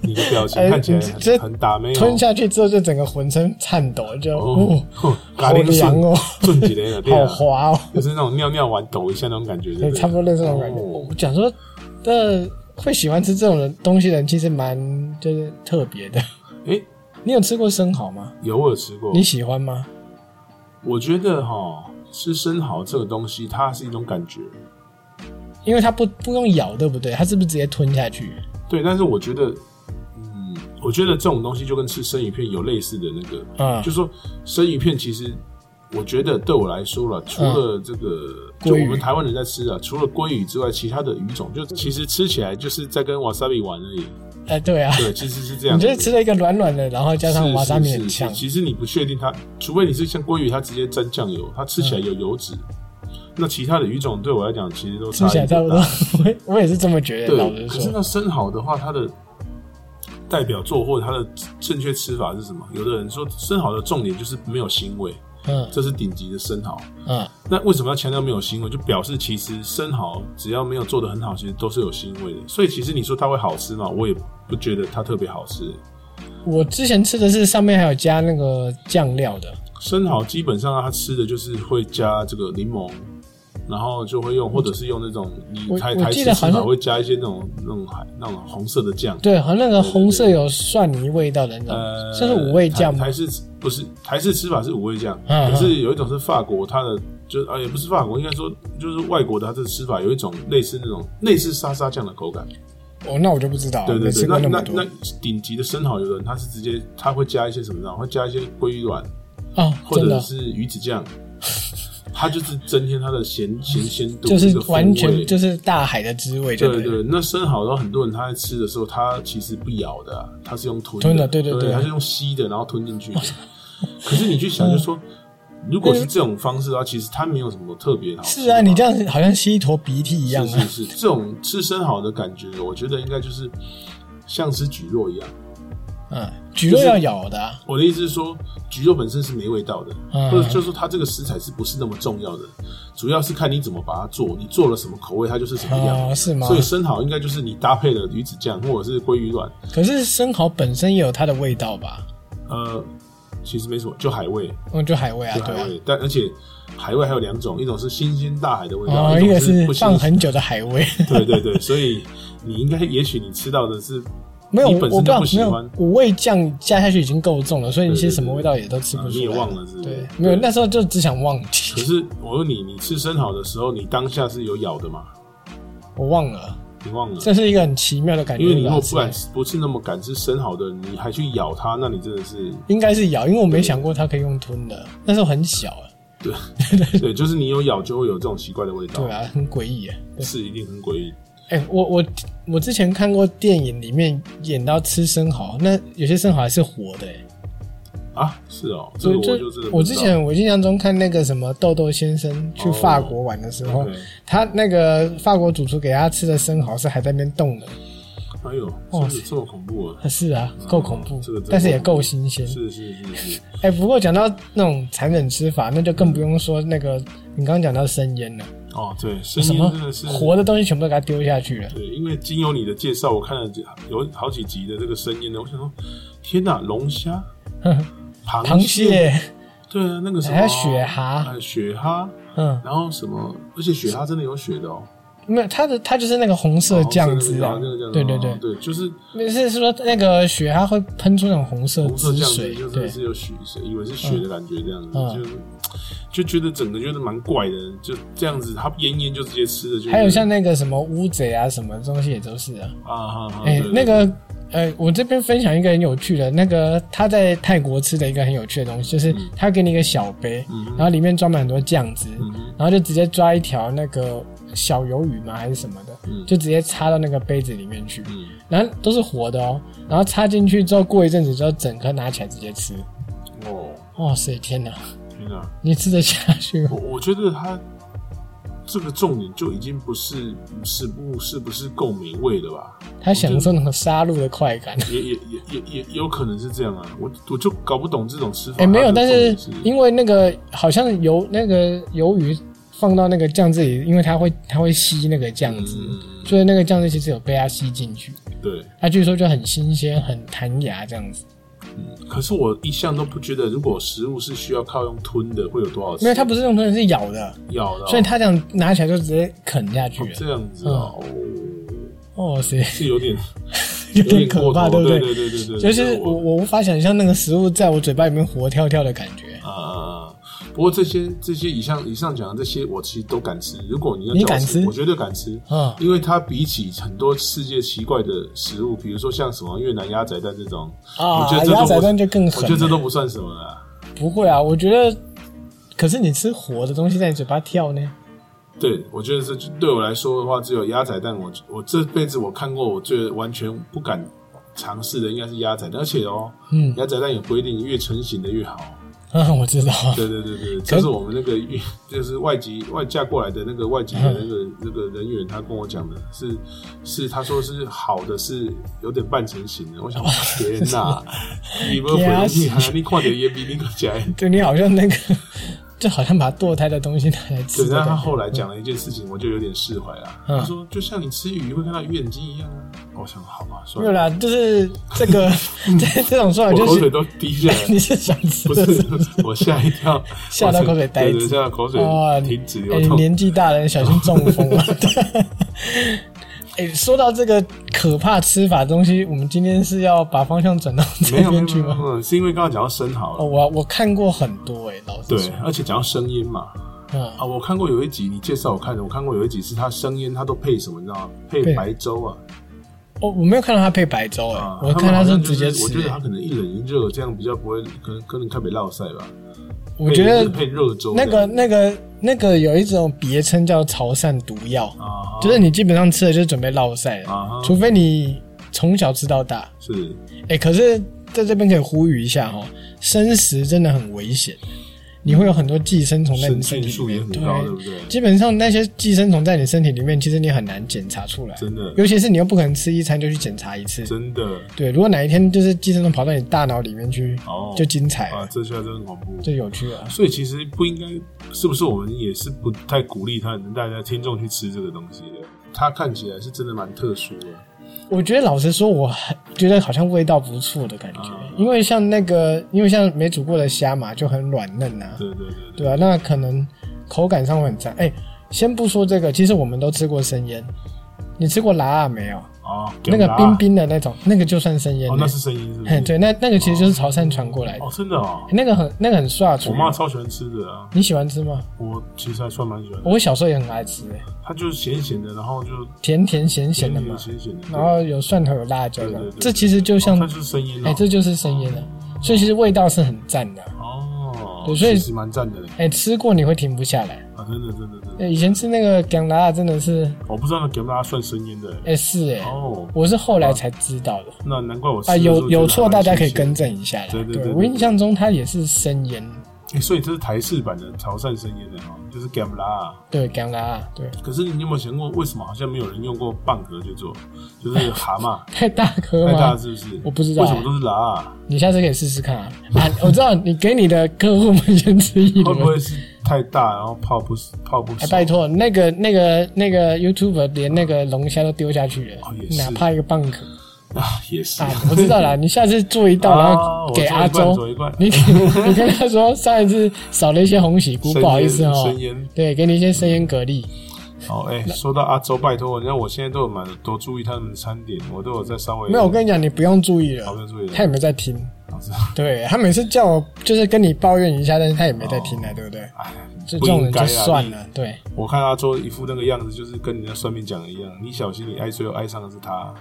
Speaker 1: 你的表情
Speaker 2: 哎
Speaker 1: 看起来
Speaker 2: 你这
Speaker 1: 很很打没有
Speaker 2: 吞下去之后就整个浑身颤抖，就
Speaker 1: 哦
Speaker 2: 哦，，
Speaker 1: 哼
Speaker 2: 好凉哦，
Speaker 1: 顺几 连了，对
Speaker 2: 好
Speaker 1: 啊，
Speaker 2: 滑哦，
Speaker 1: 就是那种尿尿完抖一下那种感觉，对
Speaker 2: 对，
Speaker 1: 不对
Speaker 2: 差不多类似那种感觉。
Speaker 1: 哦
Speaker 2: 我讲说，这会喜欢吃这种的东西的人，其实蛮就是特别的。
Speaker 1: 哎，
Speaker 2: 你有吃过生蚝吗？
Speaker 1: 有我有吃过，
Speaker 2: 你喜欢吗？
Speaker 1: 我觉得哈，吃生蚝这个东西，它是一种感觉，
Speaker 2: 因为它不不用咬，对不对？它是不是直接吞下去？
Speaker 1: 对。但是我觉得，嗯，我觉得这种东西就跟吃生鱼片有类似的那个，
Speaker 2: 嗯
Speaker 1: 就，说生鱼片其实。我觉得对我来说了，除了这个，就
Speaker 2: 嗯鲑鱼
Speaker 1: 我们台湾人在吃啊，除了鲑鱼之外，其他的鱼种就其实吃起来就是在跟 wasabi 玩而已。
Speaker 2: 哎、对啊，
Speaker 1: 对，其实是这样
Speaker 2: 你
Speaker 1: 子。
Speaker 2: 就是吃了一个软软的，然后加上
Speaker 1: 是
Speaker 2: 瓦萨米很
Speaker 1: 是是
Speaker 2: 呛
Speaker 1: 是，其实你不确定它，除非你是像鲑鱼，它直接沾酱油，它吃起来
Speaker 2: 嗯
Speaker 1: 有油脂。那其他的鱼种对我来讲，其实都
Speaker 2: 吃起来
Speaker 1: 差
Speaker 2: 差
Speaker 1: 异
Speaker 2: 不
Speaker 1: 大
Speaker 2: 多。我也我也是这么觉得，老
Speaker 1: 对，
Speaker 2: 实
Speaker 1: 可是
Speaker 2: 说，
Speaker 1: 那生蚝的话，它的代表作或者它的正确吃法是什么？有的人说生蚝的重点就是没有腥味，
Speaker 2: 嗯
Speaker 1: 这是顶级的生蚝。
Speaker 2: 嗯，
Speaker 1: 那为什么要强调没有腥味？就表示其实生蚝只要没有做的很好，其实都是有腥味的。所以其实你说它会好吃吗？我也不觉得它特别好吃。
Speaker 2: 我之前吃的是上面还有加那个酱料的，
Speaker 1: 生蚝基本上它吃的就是会加这个柠檬，然后就会用，或者是用那种你
Speaker 2: 我
Speaker 1: 台
Speaker 2: 我
Speaker 1: 台
Speaker 2: 记
Speaker 1: 式
Speaker 2: 得
Speaker 1: 生
Speaker 2: 好像
Speaker 1: 蚝会加一些那种那种海那种红色的酱，
Speaker 2: 对，好像那
Speaker 1: 对
Speaker 2: 个
Speaker 1: 对
Speaker 2: 红色有蒜泥味道的那
Speaker 1: 呃，
Speaker 2: 种，这是五味酱
Speaker 1: 台
Speaker 2: 吗
Speaker 1: 台？式不是台式吃法是五味酱，
Speaker 2: 嗯
Speaker 1: 可是有一种是法国，它的就啊也不是法国，应该说就是外国的它的吃法有一种类似那种类似沙沙酱的口感，
Speaker 2: 哦，那我就不知道，
Speaker 1: 对对
Speaker 2: 没
Speaker 1: 对，
Speaker 2: 吃
Speaker 1: 那
Speaker 2: 过么
Speaker 1: 那
Speaker 2: 多
Speaker 1: 那顶级的生蚝有的人他是直接他会加一些什么呢？会加一些鲑鱼卵，
Speaker 2: 哦，
Speaker 1: 或
Speaker 2: 真
Speaker 1: 者
Speaker 2: 的
Speaker 1: 是鱼子 酱，它就是增添它的咸咸鲜度，
Speaker 2: 就是
Speaker 1: 这个风
Speaker 2: 完全
Speaker 1: 味
Speaker 2: 就是大海的滋味，
Speaker 1: 对
Speaker 2: 对
Speaker 1: 对。那生蚝的话，很多人他在吃的时候，他其实不咬的啊、他是用吞
Speaker 2: 吞的
Speaker 1: 的，
Speaker 2: 对对
Speaker 1: 对
Speaker 2: 对
Speaker 1: 他是用吸的，然后吞进去的。可是你去想，就说
Speaker 2: 嗯
Speaker 1: 如果是这种方式的话，啊其实它没有什么特别好吃的嘛。
Speaker 2: 是啊，你这样好像吸一坨鼻涕一样
Speaker 1: 是
Speaker 2: 啊！
Speaker 1: 是是，这种吃生蚝的感觉，我觉得应该就是像吃蒟蒻一样。
Speaker 2: 嗯，菊肉要咬的啊，
Speaker 1: 我的意思是说，蒟蒻本身是没味道的，
Speaker 2: 嗯
Speaker 1: 或者就是说它这个食材是不是那么重要的，主要是看你怎么把它做，你做了什么口味，它就是什么样。
Speaker 2: 哦，是吗
Speaker 1: 所？以生蚝应该就是你搭配了鱼子酱或者是鲑鱼卵，
Speaker 2: 可是生蚝本身也有它的味道吧？
Speaker 1: 呃，其实没什么，就海味，
Speaker 2: 嗯，就海味啊，
Speaker 1: 就
Speaker 2: 对
Speaker 1: 海
Speaker 2: 啊。
Speaker 1: 味。但而且海味还有两种，一种是新鲜大海的味道，
Speaker 2: 哦，一
Speaker 1: 种
Speaker 2: 个
Speaker 1: 是
Speaker 2: 是
Speaker 1: 不新
Speaker 2: 放很久的海味，
Speaker 1: 对对对，所以你应该，也许你吃到的是
Speaker 2: 没有，
Speaker 1: 你
Speaker 2: 我
Speaker 1: 本
Speaker 2: 我
Speaker 1: 身
Speaker 2: 不知
Speaker 1: 就
Speaker 2: 道
Speaker 1: 不喜
Speaker 2: 没
Speaker 1: 欢
Speaker 2: 有五味酱加下去已经够重了，所以你
Speaker 1: 对
Speaker 2: 其
Speaker 1: 对
Speaker 2: 实什么
Speaker 1: 对
Speaker 2: 味道也都吃不
Speaker 1: 啊
Speaker 2: 出来。
Speaker 1: 你也忘了是不是
Speaker 2: 对
Speaker 1: 对，
Speaker 2: 没有，那时候就只想忘记
Speaker 1: 可，是我问你，你吃生蚝的时候，你当下是有咬的吗？
Speaker 2: 我忘了，
Speaker 1: 你忘了？
Speaker 2: 这是一个很奇妙的感觉。
Speaker 1: 因为你如
Speaker 2: 把它
Speaker 1: 果
Speaker 2: 吃
Speaker 1: 不
Speaker 2: 完
Speaker 1: 敢不是那么敢吃生蚝的人，你还去咬它，那你真的 是
Speaker 2: 应该是咬，因为我没想过它可以用吞的，那时候很小啊，
Speaker 1: 对，就是你有咬就会有这种奇怪的味道，
Speaker 2: 对啊，很诡异啊。
Speaker 1: 是一定很诡异。
Speaker 2: 哎、我我我之前看过电影，里面演到吃生蚝，那有些生蚝还是活的、欸。
Speaker 1: 啊，是哦，这
Speaker 2: 所
Speaker 1: 个
Speaker 2: 以
Speaker 1: 我就真的
Speaker 2: 我
Speaker 1: 不知
Speaker 2: 之
Speaker 1: 道
Speaker 2: 前我印象中看那个什么豆豆先生去
Speaker 1: 哦
Speaker 2: 法国玩的时候，
Speaker 1: OK
Speaker 2: 他那个法国主厨给他吃的生蚝是还在那边冻的。
Speaker 1: 哎呦，
Speaker 2: 哇
Speaker 1: 真的这么恐怖啊！
Speaker 2: 是啊，够恐怖，
Speaker 1: 这个真的
Speaker 2: 但是也够新鲜。
Speaker 1: 是是是是，
Speaker 2: 哎、不过讲到那种残忍吃法，那就更不用说那个你刚刚讲到生腌了，
Speaker 1: 哦，对，声
Speaker 2: 什
Speaker 1: 音
Speaker 2: 么
Speaker 1: 真的是
Speaker 2: 活的东西全部都给它丢下去了。
Speaker 1: 对，因为经由你的介绍，我看了有好几集的这个声音呢，我想说，天哪，龙 虾、螃
Speaker 2: 螃蟹，
Speaker 1: 对啊，那个什么
Speaker 2: 还有雪蛤
Speaker 1: 哎雪蛤，
Speaker 2: 嗯，
Speaker 1: 然后什么，而且雪蛤真的有血的哦，
Speaker 2: 没有，它的它就是那个红色酱汁啊
Speaker 1: 哦，这个
Speaker 2: 对对
Speaker 1: 这
Speaker 2: 对
Speaker 1: 个，对，就是
Speaker 2: 没事是说那个血它会喷出那种红色
Speaker 1: 红色
Speaker 2: 汁
Speaker 1: 酱
Speaker 2: 水
Speaker 1: 汁，就，真
Speaker 2: 对
Speaker 1: 的，是有血水，以为是血的感觉这样子，
Speaker 2: 嗯
Speaker 1: 就是就觉得整个觉得蛮怪的，就这样子，它腌腌就直接吃了，就
Speaker 2: 还有
Speaker 1: 是
Speaker 2: 像那个什么乌贼啊，什么东西也都是啊。
Speaker 1: 啊哈哈，
Speaker 2: 哎、
Speaker 1: 对对
Speaker 2: 那个呃，我这边分享一个很有趣的，那个他在泰国吃的一个很有趣的东西，就是他给你一个小杯，
Speaker 1: 嗯哼
Speaker 2: 然后里面装满很多酱汁，
Speaker 1: 嗯哼
Speaker 2: 然后就直接抓一条那个小鱿鱼嘛还是什么的，
Speaker 1: 嗯
Speaker 2: 就直接插到那个杯子里面去，
Speaker 1: 嗯
Speaker 2: 然后都是活的哦，然后插进去之后，过一阵子之后，整颗拿起来直接吃。
Speaker 1: 哦，
Speaker 2: 哇塞，天哪！
Speaker 1: 天哪！
Speaker 2: 你吃得下去吗？
Speaker 1: 我我觉得它这个重点就已经不是是不是不是够美味了吧？
Speaker 2: 他享受那种杀戮的快感。
Speaker 1: 也也也也也也有可能是这样啊，我我就搞不懂这种吃法。
Speaker 2: 哎、没有，但是
Speaker 1: 因
Speaker 2: 因为那个好像鱿那个鱿鱼放到那个酱汁里，因为它会它会吸那个酱汁，
Speaker 1: 嗯
Speaker 2: 所以那个酱汁其实有被它吸进去。
Speaker 1: 对，
Speaker 2: 它据说就很新鲜、很弹牙这样子，
Speaker 1: 可是我一向都不觉得，如果食物是需要靠用吞的，会有多少吃？
Speaker 2: 没有，它不是用吞的，是咬的，
Speaker 1: 咬的哦、
Speaker 2: 所以它这样拿起来就直接啃下去了。
Speaker 1: 这样子哦，
Speaker 2: 哇塞，
Speaker 1: 是有点
Speaker 2: 有
Speaker 1: 哦有点
Speaker 2: 点可怕，
Speaker 1: 对
Speaker 2: 不
Speaker 1: 对对对对，
Speaker 2: 就是我
Speaker 1: 我
Speaker 2: 我无法想象那个食物在我嘴巴里面活跳跳的感觉。
Speaker 1: 啊、不过这些这些以上以上讲的这些，我其实都敢吃。如果你要
Speaker 2: 你
Speaker 1: 叫我
Speaker 2: 敢吃
Speaker 1: 我绝对敢吃。
Speaker 2: 嗯
Speaker 1: 因为它比起很多世界奇怪的食物，比如说像什么越南鸭仔蛋这种，
Speaker 2: 啊
Speaker 1: 我觉得，这都
Speaker 2: 鸭
Speaker 1: 不
Speaker 2: 仔蛋就更
Speaker 1: 我
Speaker 2: 狠欸
Speaker 1: 觉得这
Speaker 2: 了。
Speaker 1: 都不算什么啦。
Speaker 2: 不会啊，我觉得，可是你吃活的东西在你嘴巴跳呢，
Speaker 1: 对，我觉得这对我来说的话，只有鸭仔蛋。我我这辈子我看过，我最完全不敢尝试的应该是鸭仔蛋，而且哦，
Speaker 2: 嗯
Speaker 1: 鸭仔蛋有规定，越成型的越好。
Speaker 2: 嗯，我知道。
Speaker 1: 对对对对，这是我们那个运， 就是外籍外嫁过来的那个外籍的那个
Speaker 2: 嗯
Speaker 1: 那个人员，他跟我讲的是是他说是好的，是有点半成型的。我想天 哪，你们
Speaker 2: 哦天啊
Speaker 1: 回去啊，你快点也比你更 加。
Speaker 2: 对你好像那个，就好像把堕胎的东西拿来吃
Speaker 1: 对，
Speaker 2: 的
Speaker 1: 但他
Speaker 2: 感觉。
Speaker 1: 后来讲了一件事情，我就有点释怀了。
Speaker 2: 嗯
Speaker 1: 他说，就像你吃鱼会看到鱼眼睛一样啊。我想，好吧，算
Speaker 2: 没有
Speaker 1: 了，
Speaker 2: 啦，就是这 个这这种说法
Speaker 1: 我
Speaker 2: 就
Speaker 1: 口水
Speaker 2: 是
Speaker 1: 都滴下来
Speaker 2: 你
Speaker 1: 了。
Speaker 2: 是想吃
Speaker 1: 不
Speaker 2: 的
Speaker 1: 是，我吓一跳，
Speaker 2: 吓到口水呆
Speaker 1: 对对
Speaker 2: 滞
Speaker 1: 吓到口水
Speaker 2: 哦
Speaker 1: 停止
Speaker 2: 哎
Speaker 1: 流动。
Speaker 2: 年纪大了，你小心中风 了。哎、说到这个可怕吃法的东西，我们今天是要把方向转到这
Speaker 1: 没有没有
Speaker 2: 边
Speaker 1: 没
Speaker 2: 去
Speaker 1: 有，
Speaker 2: 吗？
Speaker 1: 没有是因为刚刚讲到生蚝
Speaker 2: 哦，
Speaker 1: 了，
Speaker 2: 我我看过很多哎、老实
Speaker 1: 对
Speaker 2: 说，，
Speaker 1: 而且讲到生腌嘛，
Speaker 2: 嗯
Speaker 1: 啊，我看过有一集，你介绍我看的，我看过有一集是它生腌，它都配什么，你知道吗？配
Speaker 2: 对
Speaker 1: 白粥啊，
Speaker 2: 我我没有看到他配白粥哎、
Speaker 1: 啊，
Speaker 2: 我
Speaker 1: 他
Speaker 2: 看
Speaker 1: 们好
Speaker 2: 是
Speaker 1: 像就
Speaker 2: 直接
Speaker 1: 我
Speaker 2: 吃
Speaker 1: 觉得
Speaker 2: 欸、
Speaker 1: 它可能一冷一热，这样比较不会，可能可能看北落晒吧。
Speaker 2: 欸我觉
Speaker 1: 配
Speaker 2: 得
Speaker 1: 配热粥
Speaker 2: 那
Speaker 1: 这
Speaker 2: 个
Speaker 1: 样
Speaker 2: 那个那个有一种别称叫潮汕毒药，
Speaker 1: 啊，
Speaker 2: 就是你基本上吃了就是准备落晒了，
Speaker 1: 啊哈
Speaker 2: 除非你从小吃到大。
Speaker 1: 是
Speaker 2: 哎、可是在这边可以呼吁一下哦，生食真的很危险，你会有很多寄生虫在
Speaker 1: 生
Speaker 2: 你
Speaker 1: 菌
Speaker 2: 身体里
Speaker 1: 数也
Speaker 2: 面，
Speaker 1: 很高，对不对？
Speaker 2: 基本上那些寄生虫在你身体里面，其实你很难检查出来，
Speaker 1: 真的
Speaker 2: 尤其是你又不可能吃一餐就去检查一次。
Speaker 1: 真的
Speaker 2: 对，如果哪一天就是寄生虫跑到你大脑里面去，
Speaker 1: 哦
Speaker 2: 就精彩
Speaker 1: 啊，
Speaker 2: 了，
Speaker 1: 这下真的很恐怖。
Speaker 2: 就有趣了。
Speaker 1: 所以其实不应该，是不是我们也是不太鼓励他大家听众去吃这个东西的？它看起来是真的蛮特殊的，
Speaker 2: 我觉得老实说，我很觉得好像味道不错的感觉，
Speaker 1: 啊
Speaker 2: 因为像那个，因为像没煮过的虾嘛，就很软嫩呐、
Speaker 1: 对对对
Speaker 2: 对啊，那可能口感上会很赞。哎、先不说这个，其实我们都吃过生腌，你吃过辣辣没有？
Speaker 1: 啊，
Speaker 2: 那个
Speaker 1: 姜
Speaker 2: 冰
Speaker 1: 辣
Speaker 2: 冰的那种，那个就算生腌、
Speaker 1: 哦，那是声音是不
Speaker 2: 嘿
Speaker 1: 是？
Speaker 2: 对，那那个其实就是潮汕传过来的，
Speaker 1: 哦，真的哦，
Speaker 2: 那个很那个很刷出
Speaker 1: 我。妈超喜欢吃的啊，
Speaker 2: 你喜欢吃吗？
Speaker 1: 我其实还算蛮喜欢的。
Speaker 2: 我小时候也很爱吃、哎
Speaker 1: 它就是咸咸的，然后就
Speaker 2: 甜甜咸咸
Speaker 1: 甜
Speaker 2: 的
Speaker 1: 甜
Speaker 2: 嘛，
Speaker 1: 咸咸的，
Speaker 2: 然后有蒜头有辣椒
Speaker 1: 对对
Speaker 2: 的
Speaker 1: 对，对
Speaker 2: 这其实就
Speaker 1: 就
Speaker 2: 像
Speaker 1: 它就是生腌
Speaker 2: 哎、
Speaker 1: 哦
Speaker 2: 这就是生腌的，所以其实味道是很赞的。
Speaker 1: 哦
Speaker 2: 对，所以
Speaker 1: 其实蛮赞的嘞
Speaker 2: 哎、吃过你会停不下来。
Speaker 1: 啊，真的真的真
Speaker 2: 哎
Speaker 1: 的，
Speaker 2: 以前吃那个姜辣辣真的是，
Speaker 1: 我不知道那给不大算生腌的
Speaker 2: 哎、是哎、
Speaker 1: 哦，
Speaker 2: 我是后来才知道的。
Speaker 1: 那难怪我吃
Speaker 2: 啊，
Speaker 1: 的时候
Speaker 2: 有有错，
Speaker 1: 觉得
Speaker 2: 大
Speaker 1: 还蛮
Speaker 2: 家可以
Speaker 1: 新鲜
Speaker 2: 更。正一下啦。
Speaker 1: 对对对对
Speaker 2: 我印象中它也是生腌，
Speaker 1: 哎，所以这是台式版的潮汕生腌的哦，就是 g a m l a
Speaker 2: 对，干啦，对，
Speaker 1: 可是你有没有想过，为什么好像没有人用过蚌壳去做？就是蛤 蟆
Speaker 2: 太大颗
Speaker 1: 太大
Speaker 2: 吗
Speaker 1: 了？是不是？
Speaker 2: 我不知道
Speaker 1: 为什么都是拉啊？
Speaker 2: 你下次可以试试看啊！啊， 我知道你给你的客户们先吃一
Speaker 1: 会不
Speaker 2: 轮。
Speaker 1: 会是太大，然后泡不泡不熟？
Speaker 2: 哎，拜托，那个、那个、那个 YouTuber 连那个龙虾都丢下去了
Speaker 1: 哦，也是
Speaker 2: 哪怕一个蚌壳
Speaker 1: 啊，也是
Speaker 2: 啊！我 知道啦，你下次做一道，然
Speaker 1: 啊
Speaker 2: 后
Speaker 1: 我
Speaker 2: 给
Speaker 1: 做一
Speaker 2: 阿
Speaker 1: 罐
Speaker 2: 周
Speaker 1: 做一罐，
Speaker 2: 你给你跟他说上一次少了一些红喜菇，
Speaker 1: 生
Speaker 2: 不好意思
Speaker 1: 腌
Speaker 2: 哦
Speaker 1: 生腌。
Speaker 2: 对，给你一些生腌蛤蜊。
Speaker 1: 哦，哎、说到阿周，拜托，你看我现在都有蛮多注意他们的餐点，我都有在稍微
Speaker 2: 没有，我跟你讲，你不用注意
Speaker 1: 好
Speaker 2: 了
Speaker 1: 不，用注意了
Speaker 2: 他也没在听。
Speaker 1: 老师，
Speaker 2: 对他每次叫我就是跟你抱怨一下，但是他也没在听啊，对不对？
Speaker 1: 哎，
Speaker 2: 这
Speaker 1: 不
Speaker 2: 这种
Speaker 1: 应
Speaker 2: 人
Speaker 1: 该
Speaker 2: 就
Speaker 1: 啊
Speaker 2: 算。
Speaker 1: 你
Speaker 2: 了，对，
Speaker 1: 我看阿周一副那个样子，就是跟人家算命讲的一样，你小心你爱最后爱上的是 他。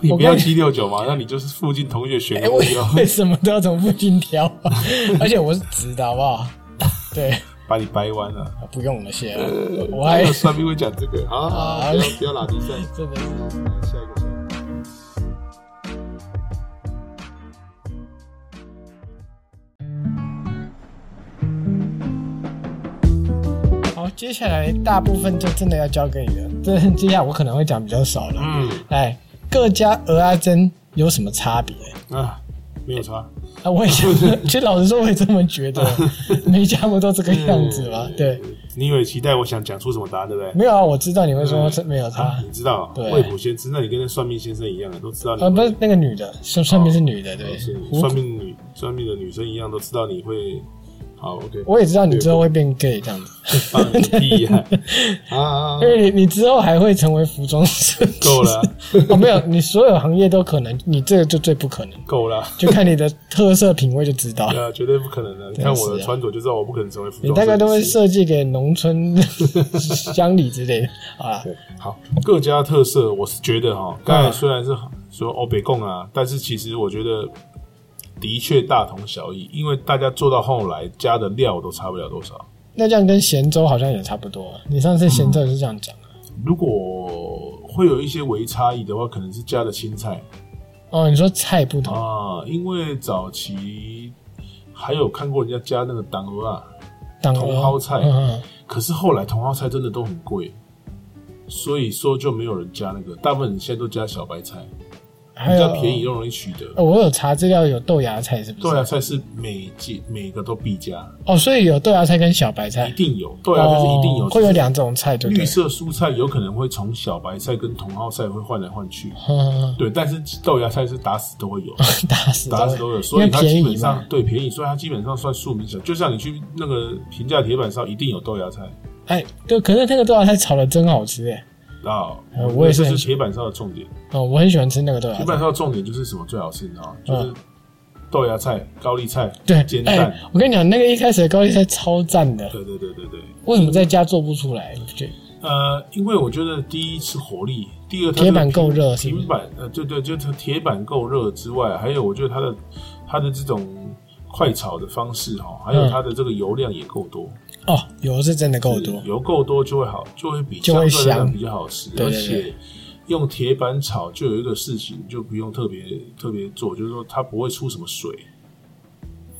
Speaker 1: 你不要七六九嘛，那你就是附近同学选
Speaker 2: 哎，
Speaker 1: 的
Speaker 2: 为
Speaker 1: 目标，
Speaker 2: 为什么都要从附 近挑啊？而且我是直的，好不好？对，啊
Speaker 1: 把你掰弯了。
Speaker 2: 不用了，谢了，我
Speaker 1: 我
Speaker 2: 还
Speaker 1: 算命会讲这个，好好，好不要不要拉低赛，
Speaker 2: 真的是。
Speaker 1: 嗯下一个。下一个
Speaker 2: 好，接下来大部分就真的要交给你了，这接下来我可能会讲比较少了。
Speaker 1: 嗯
Speaker 2: 哎，各家鹅阿珍有什么差别？
Speaker 1: 啊，没有差。
Speaker 2: 啊，我也觉得，其实老实说，我也这么觉得，每家不都这个样子吗？
Speaker 1: 嗯
Speaker 2: 对，
Speaker 1: 你以为期待我想讲出什么答案，对不对？
Speaker 2: 没有啊，我知道你会说这没有差
Speaker 1: 啊，。你知道
Speaker 2: 对
Speaker 1: 未卜先知，那你跟那算命先生一样的，都知道你
Speaker 2: 呃，不
Speaker 1: 会
Speaker 2: 是那个女的，算算命是女的，对
Speaker 1: 哦是，
Speaker 2: 胡
Speaker 1: 算命女算命的女生一样，都知道你会好，OK，
Speaker 2: 我也知道你之后会变 gay 这样子，
Speaker 1: 啊你屁 啊！啊，
Speaker 2: 因为你你之后还会成为服装设计师。
Speaker 1: 够了， 啊
Speaker 2: 哦，没有，你所有行业都可能，你这个就最不可能，
Speaker 1: 够 了，啊
Speaker 2: 就看你的特色品味就知道。
Speaker 1: 对啊，绝对不可能的。你看我的穿着就知道我不可能成为服装设计
Speaker 2: 啊你
Speaker 1: 师。
Speaker 2: 大概都会设计给农 村乡里之类的啊。
Speaker 1: 对，好，各家特色，我是觉得
Speaker 2: 嗯
Speaker 1: 哈，刚才虽然是说欧北共啊，但是其实我觉得的确大同小异，因为大家做到后来加的料都差不了多少。
Speaker 2: 那这样跟咸粥好像也差不多啊。你上次咸粥也是这样讲啊。
Speaker 1: 如果会有一些微差异的话，可能是加的青菜
Speaker 2: 哦，你说菜不同，
Speaker 1: 啊，因为早期还有看过人家加那个党鹅啊，
Speaker 2: 当
Speaker 1: 茼蒿菜
Speaker 2: 嗯嗯，
Speaker 1: 可是后来茼蒿菜真的都很贵，所以说就没有人加那个，大部分人现在都加小白菜，
Speaker 2: 还
Speaker 1: 比
Speaker 2: 有
Speaker 1: 较便宜啊又容易取得。
Speaker 2: 呃我有查资料，有豆芽菜是不是？
Speaker 1: 豆芽菜是每季每个都必加，
Speaker 2: 哦，所以有豆芽菜跟小白菜
Speaker 1: 一，定有豆芽菜是一定有，
Speaker 2: 哦会有
Speaker 1: 就是
Speaker 2: 两种菜，对不
Speaker 1: 绿
Speaker 2: 对？
Speaker 1: 色蔬菜有可能会从小白菜跟茼蒿菜会换来换去，
Speaker 2: 嗯嗯
Speaker 1: 对，但是豆芽菜是打死都会有，
Speaker 2: 嗯打 死
Speaker 1: 打死
Speaker 2: 都
Speaker 1: 都
Speaker 2: 会
Speaker 1: 有，所以
Speaker 2: 因为
Speaker 1: 它
Speaker 2: 便
Speaker 1: 基
Speaker 2: 宜
Speaker 1: 本
Speaker 2: 嘛
Speaker 1: 上。对便宜，所以它基本上算庶民小，就像你去那个平价铁板上一定有豆芽菜
Speaker 2: 哎，对，可是那个豆芽菜炒的真好吃哎。
Speaker 1: 啊
Speaker 2: 呃，我也是
Speaker 1: 这
Speaker 2: 很
Speaker 1: 是铁板烧的重点，
Speaker 2: 哦，我很喜欢吃那个豆芽
Speaker 1: 铁
Speaker 2: 菜。
Speaker 1: 板烧的重点就是什么最好吃，你知道吗？就
Speaker 2: 嗯
Speaker 1: 是豆芽菜、高丽菜、
Speaker 2: 对，
Speaker 1: 煎
Speaker 2: 哎、
Speaker 1: 蛋，
Speaker 2: 我跟你讲，那个一开始的高丽菜超赞的，
Speaker 1: 对对对对对。
Speaker 2: 为什么在家做不出来？你觉得
Speaker 1: 呃，因为我觉得第一是火力，第二它
Speaker 2: 铁板
Speaker 1: 这个
Speaker 2: 够热是
Speaker 1: 平
Speaker 2: 不是
Speaker 1: 平板呃，对对，就它铁板够热之外，还有我觉得它的它的这种快炒的方式哈，还有
Speaker 2: 嗯
Speaker 1: 它的这个油量也够多，
Speaker 2: 哦，油是真的够多，
Speaker 1: 油够多就会好，就会比
Speaker 2: 就会
Speaker 1: 相对来讲
Speaker 2: 香
Speaker 1: 比较好吃，
Speaker 2: 对对对
Speaker 1: 而且。用铁板炒就有一个事情，就不用特别特别做，就是说它不会出什么水，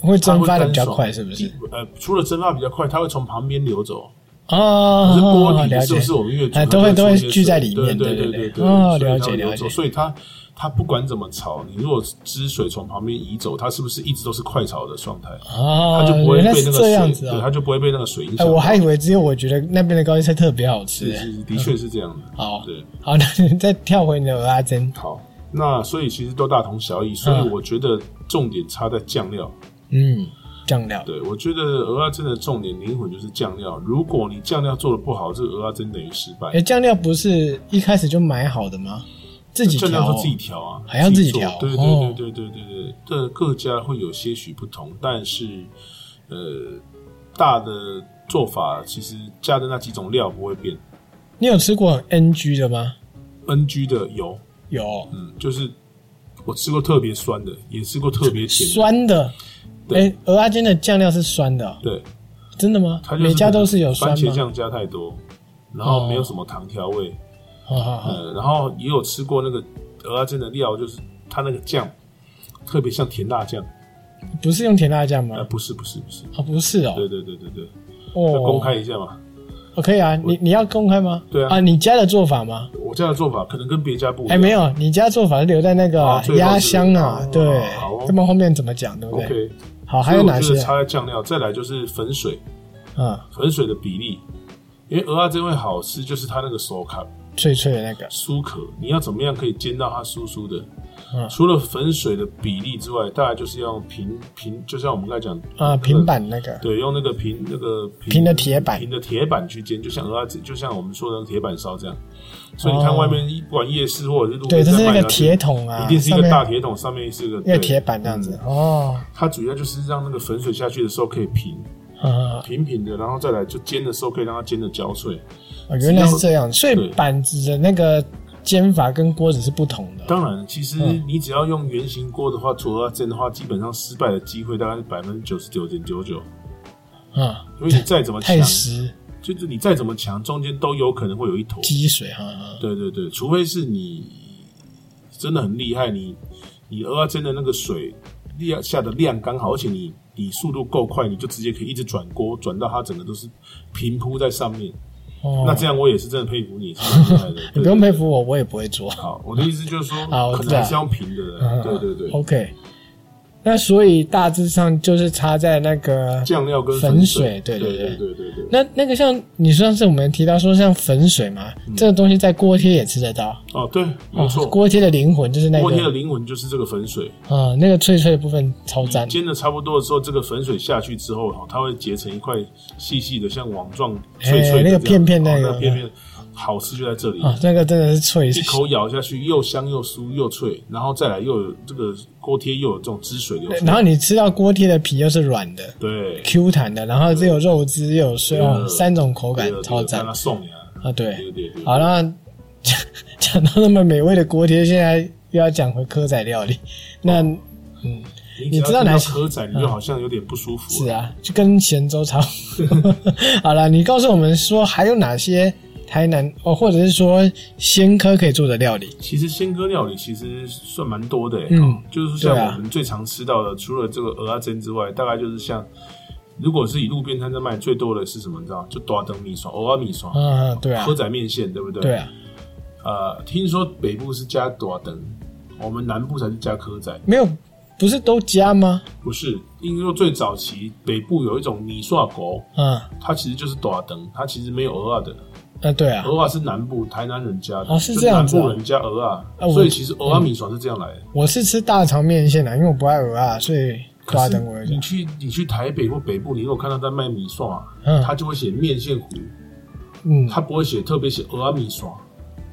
Speaker 2: 会
Speaker 1: 它
Speaker 2: 蒸
Speaker 1: 会
Speaker 2: 发的
Speaker 1: 干
Speaker 2: 比较
Speaker 1: 爽
Speaker 2: 快，是不是？？
Speaker 1: 呃，除了蒸发比较快，它会从旁边流走，
Speaker 2: 哦，
Speaker 1: 可是锅
Speaker 2: 了
Speaker 1: 底是
Speaker 2: 解
Speaker 1: 不。是我们越煮
Speaker 2: 哎
Speaker 1: 它
Speaker 2: 都会
Speaker 1: 就出
Speaker 2: 都
Speaker 1: 一些
Speaker 2: 会聚在
Speaker 1: 水
Speaker 2: 里面
Speaker 1: 对
Speaker 2: 对
Speaker 1: 对
Speaker 2: 对对
Speaker 1: 对，
Speaker 2: 哦
Speaker 1: 所以
Speaker 2: 了
Speaker 1: 它
Speaker 2: 解
Speaker 1: 会流
Speaker 2: 了
Speaker 1: 走
Speaker 2: 解
Speaker 1: 所以它它不管怎么炒，你如果汁水从旁边移走，它是不是一直都是快炒的状态？它就不
Speaker 2: 哦，
Speaker 1: 会被
Speaker 2: 原来
Speaker 1: 那
Speaker 2: 是
Speaker 1: 个
Speaker 2: 这
Speaker 1: 水，
Speaker 2: 样子
Speaker 1: 对，
Speaker 2: 啊！
Speaker 1: 它就不会被那个水影
Speaker 2: 哎，
Speaker 1: 响。
Speaker 2: 我还以为只有我觉得那边的高丽菜特别好吃
Speaker 1: 是
Speaker 2: 哎。
Speaker 1: 是是的确是这样的。
Speaker 2: 好
Speaker 1: 对，
Speaker 2: 好，那你再跳回你的蚵仔煎，
Speaker 1: 好，那所以其实都大同小异，所以
Speaker 2: 嗯
Speaker 1: 我觉得重点差在酱料。
Speaker 2: 嗯，酱料
Speaker 1: 对我觉得鹅啊真的重点灵魂就是酱料，如果你酱料做的不好，这个鹅啊真等于失败
Speaker 2: 哎、。酱料不是一开始就买好的吗？自己
Speaker 1: 酱
Speaker 2: 调、
Speaker 1: 料
Speaker 2: 哦
Speaker 1: 是自己调啊，
Speaker 2: 还要自己
Speaker 1: 做
Speaker 2: 调
Speaker 1: 对
Speaker 2: 哦
Speaker 1: 对对对对对对，这各家会有些许不同，但是呃，大的做法其实加的那几种料不会变。
Speaker 2: 你有吃过很 NG 的吗？
Speaker 1: NG 的有，
Speaker 2: 有，
Speaker 1: 嗯，就是我吃过特别酸的，也吃过特别甜的。
Speaker 2: 酸的。哎、
Speaker 1: 对
Speaker 2: 蚵仔煎的酱料是酸的哦、
Speaker 1: 对，
Speaker 2: 真的吗
Speaker 1: 它？就是
Speaker 2: 每家都是有
Speaker 1: 番
Speaker 2: 酸
Speaker 1: 茄
Speaker 2: 吗？哦
Speaker 1: 酱加太多，然后没有什么糖调味。
Speaker 2: 好好好，
Speaker 1: 呃，然后也有吃过那个鹅啊煎的料，就是它那个酱特别像甜辣酱。
Speaker 2: 不是用甜辣酱吗？
Speaker 1: 呃，
Speaker 2: 啊、
Speaker 1: 不是不是不是，
Speaker 2: 不是哦、
Speaker 1: 对对对对对，要公
Speaker 2: 哦，
Speaker 1: 开一下嘛。
Speaker 2: 哦，可以啊，你你要公开吗？
Speaker 1: 对啊
Speaker 2: 你家的做法吗？
Speaker 1: 我这样的做法可能跟别家不一样。
Speaker 2: 哎、没有，你家做法是留在那个
Speaker 1: 哦
Speaker 2: 啊
Speaker 1: 最后是
Speaker 2: 鸭香啊，
Speaker 1: 哦
Speaker 2: 对
Speaker 1: 好哦，
Speaker 2: 这么后面怎么讲，对不对？
Speaker 1: ，OK。
Speaker 2: 好，还有哪些
Speaker 1: 所以我觉得？差在啊酱料，再来就是粉水，
Speaker 2: 嗯，
Speaker 1: 粉水的比例。因为鹅啊，这会好吃，就是它那个手卡
Speaker 2: 脆脆的那个，
Speaker 1: 酥壳，你要怎么样可以煎到它酥酥的？
Speaker 2: 嗯
Speaker 1: 除了粉水的比例之外，大概就是要用平平，就像我们刚才讲那
Speaker 2: 啊、
Speaker 1: 个
Speaker 2: 平板那个，
Speaker 1: 对，用那个平那个平
Speaker 2: 平的铁板
Speaker 1: 平的铁板去煎，就像鹅啊，就像我们说的那个铁板烧这样。所以你看外面，不管夜市或者哦是路
Speaker 2: 对，
Speaker 1: 边
Speaker 2: 这
Speaker 1: 在
Speaker 2: 是
Speaker 1: 卖
Speaker 2: 那
Speaker 1: 的，
Speaker 2: 个铁桶啊，
Speaker 1: 一定是一
Speaker 2: 上
Speaker 1: 个
Speaker 2: 面
Speaker 1: 大铁桶，上面是一个
Speaker 2: 那个
Speaker 1: 对
Speaker 2: 铁板这样
Speaker 1: 嗯
Speaker 2: 子。哦，
Speaker 1: 它主要就是让那个粉水下去的时候可以平
Speaker 2: 啊，
Speaker 1: 平平的，然后再来就煎的时候可以让它煎的焦脆。
Speaker 2: 哦原来是这样，所
Speaker 1: 对
Speaker 2: 以板子的那个煎法跟锅子是不同的。
Speaker 1: 当然，其实你只要用圆形锅的话，做鹅煎的话，基本上失败的机会大概是百分之九十九点九九。
Speaker 2: 啊，
Speaker 1: 因为你再怎么强
Speaker 2: 太，实
Speaker 1: 就是你再怎么强，中间都有可能会有一坨。
Speaker 2: 积水哈。啊
Speaker 1: 对对对，除非是你真的很厉害，你你鹅啊煎的那个水量下的量刚好，而且你你速度够快，你就直接可以一直转锅，转到它整个都是平铺在上面。
Speaker 2: 哦，
Speaker 1: 那这样我也是真的佩服你，是蛮厉害的。对
Speaker 2: 你不用佩服我，我也不会做。
Speaker 1: 好，我的意思就是说，
Speaker 2: 好我
Speaker 1: 可
Speaker 2: 知
Speaker 1: 能
Speaker 2: 道
Speaker 1: 还是要平的。对对对，
Speaker 2: OK，那所以大致上就是差在那个
Speaker 1: 酱料跟
Speaker 2: 粉
Speaker 1: 水，
Speaker 2: 水对
Speaker 1: 对
Speaker 2: 对对
Speaker 1: 对对对。
Speaker 2: 那那个像你上次我们提到说像粉水嘛，这个东西在锅贴也吃得到，
Speaker 1: 嗯哦，对，没错
Speaker 2: 哦，锅贴的灵魂就是那
Speaker 1: 锅贴的
Speaker 2: 个
Speaker 1: 灵魂就是这个粉水，
Speaker 2: 啊、那个脆脆的部分超赞，
Speaker 1: 煎的差不多的时候，这个粉水下去之后，哈，它会结成一块细细的，像网状脆脆的这样、
Speaker 2: 那个片片那
Speaker 1: 那
Speaker 2: 个
Speaker 1: 那片片，好吃就在这里。
Speaker 2: 啊，那个真的是脆
Speaker 1: 一口咬下去，又香又酥又脆，然后再来又有这个锅贴又有这种汁水流出来，
Speaker 2: 然后你吃到锅贴的皮又是软的
Speaker 1: 对，
Speaker 2: Q 弹的，然后又有肉汁又有
Speaker 1: 嗯
Speaker 2: 碎，哦，三种口感超赞
Speaker 1: 让他送啊你啊，
Speaker 2: 啊！
Speaker 1: 对
Speaker 2: 对，
Speaker 1: 对对，
Speaker 2: 好，那讲 讲到那么美味的锅贴，现在又要讲回蚵仔料理，那
Speaker 1: 你
Speaker 2: 你
Speaker 1: 只
Speaker 2: 知
Speaker 1: 要
Speaker 2: 道
Speaker 1: 听
Speaker 2: 哪
Speaker 1: 到
Speaker 2: 些嗯
Speaker 1: 蚵仔，你就好像有点不舒服
Speaker 2: 是
Speaker 1: 了。
Speaker 2: 啊，就跟咸粥差不多。 好了，你告诉我们说还有哪些台南哦，或者是说仙科可以做的料理？
Speaker 1: 其实仙哥料理其实算蛮多的、欸，
Speaker 2: 嗯
Speaker 1: 哦就是像
Speaker 2: 对啊
Speaker 1: 我们最常吃到的，除了这个鹅啊煎之外，大概就是像，如果是以路边摊在卖最多的是什么？你知道吗？就多灯米爽、鹅啊米爽、
Speaker 2: 啊，对啊
Speaker 1: 蚵，仔面线，对不对？
Speaker 2: 对。啊，
Speaker 1: 呃，听说北部是加多灯，我们南部才是加蚵仔。
Speaker 2: 没有，不是都加吗？
Speaker 1: 不是，因为最早期北部有一种米刷狗，
Speaker 2: 啊，
Speaker 1: 它其实就是多灯，它其实没有鹅啊的。
Speaker 2: 啊，对啊，
Speaker 1: 鹅啊是南部台南人家的，
Speaker 2: 哦是
Speaker 1: 就
Speaker 2: 这样子啊
Speaker 1: 南部人家鹅啊，
Speaker 2: 啊我
Speaker 1: 所以其实鹅啊米爽是这样来的。
Speaker 2: 我是吃大肠面线的，因为我不爱鹅啊，所以
Speaker 1: 可
Speaker 2: 抓
Speaker 1: 是
Speaker 2: 等我一下
Speaker 1: 你。去你去台北或北部，你如果看到在卖米爽啊，
Speaker 2: 嗯
Speaker 1: 他就会写面线糊，
Speaker 2: 嗯，
Speaker 1: 他不会写特别写鹅啊米爽，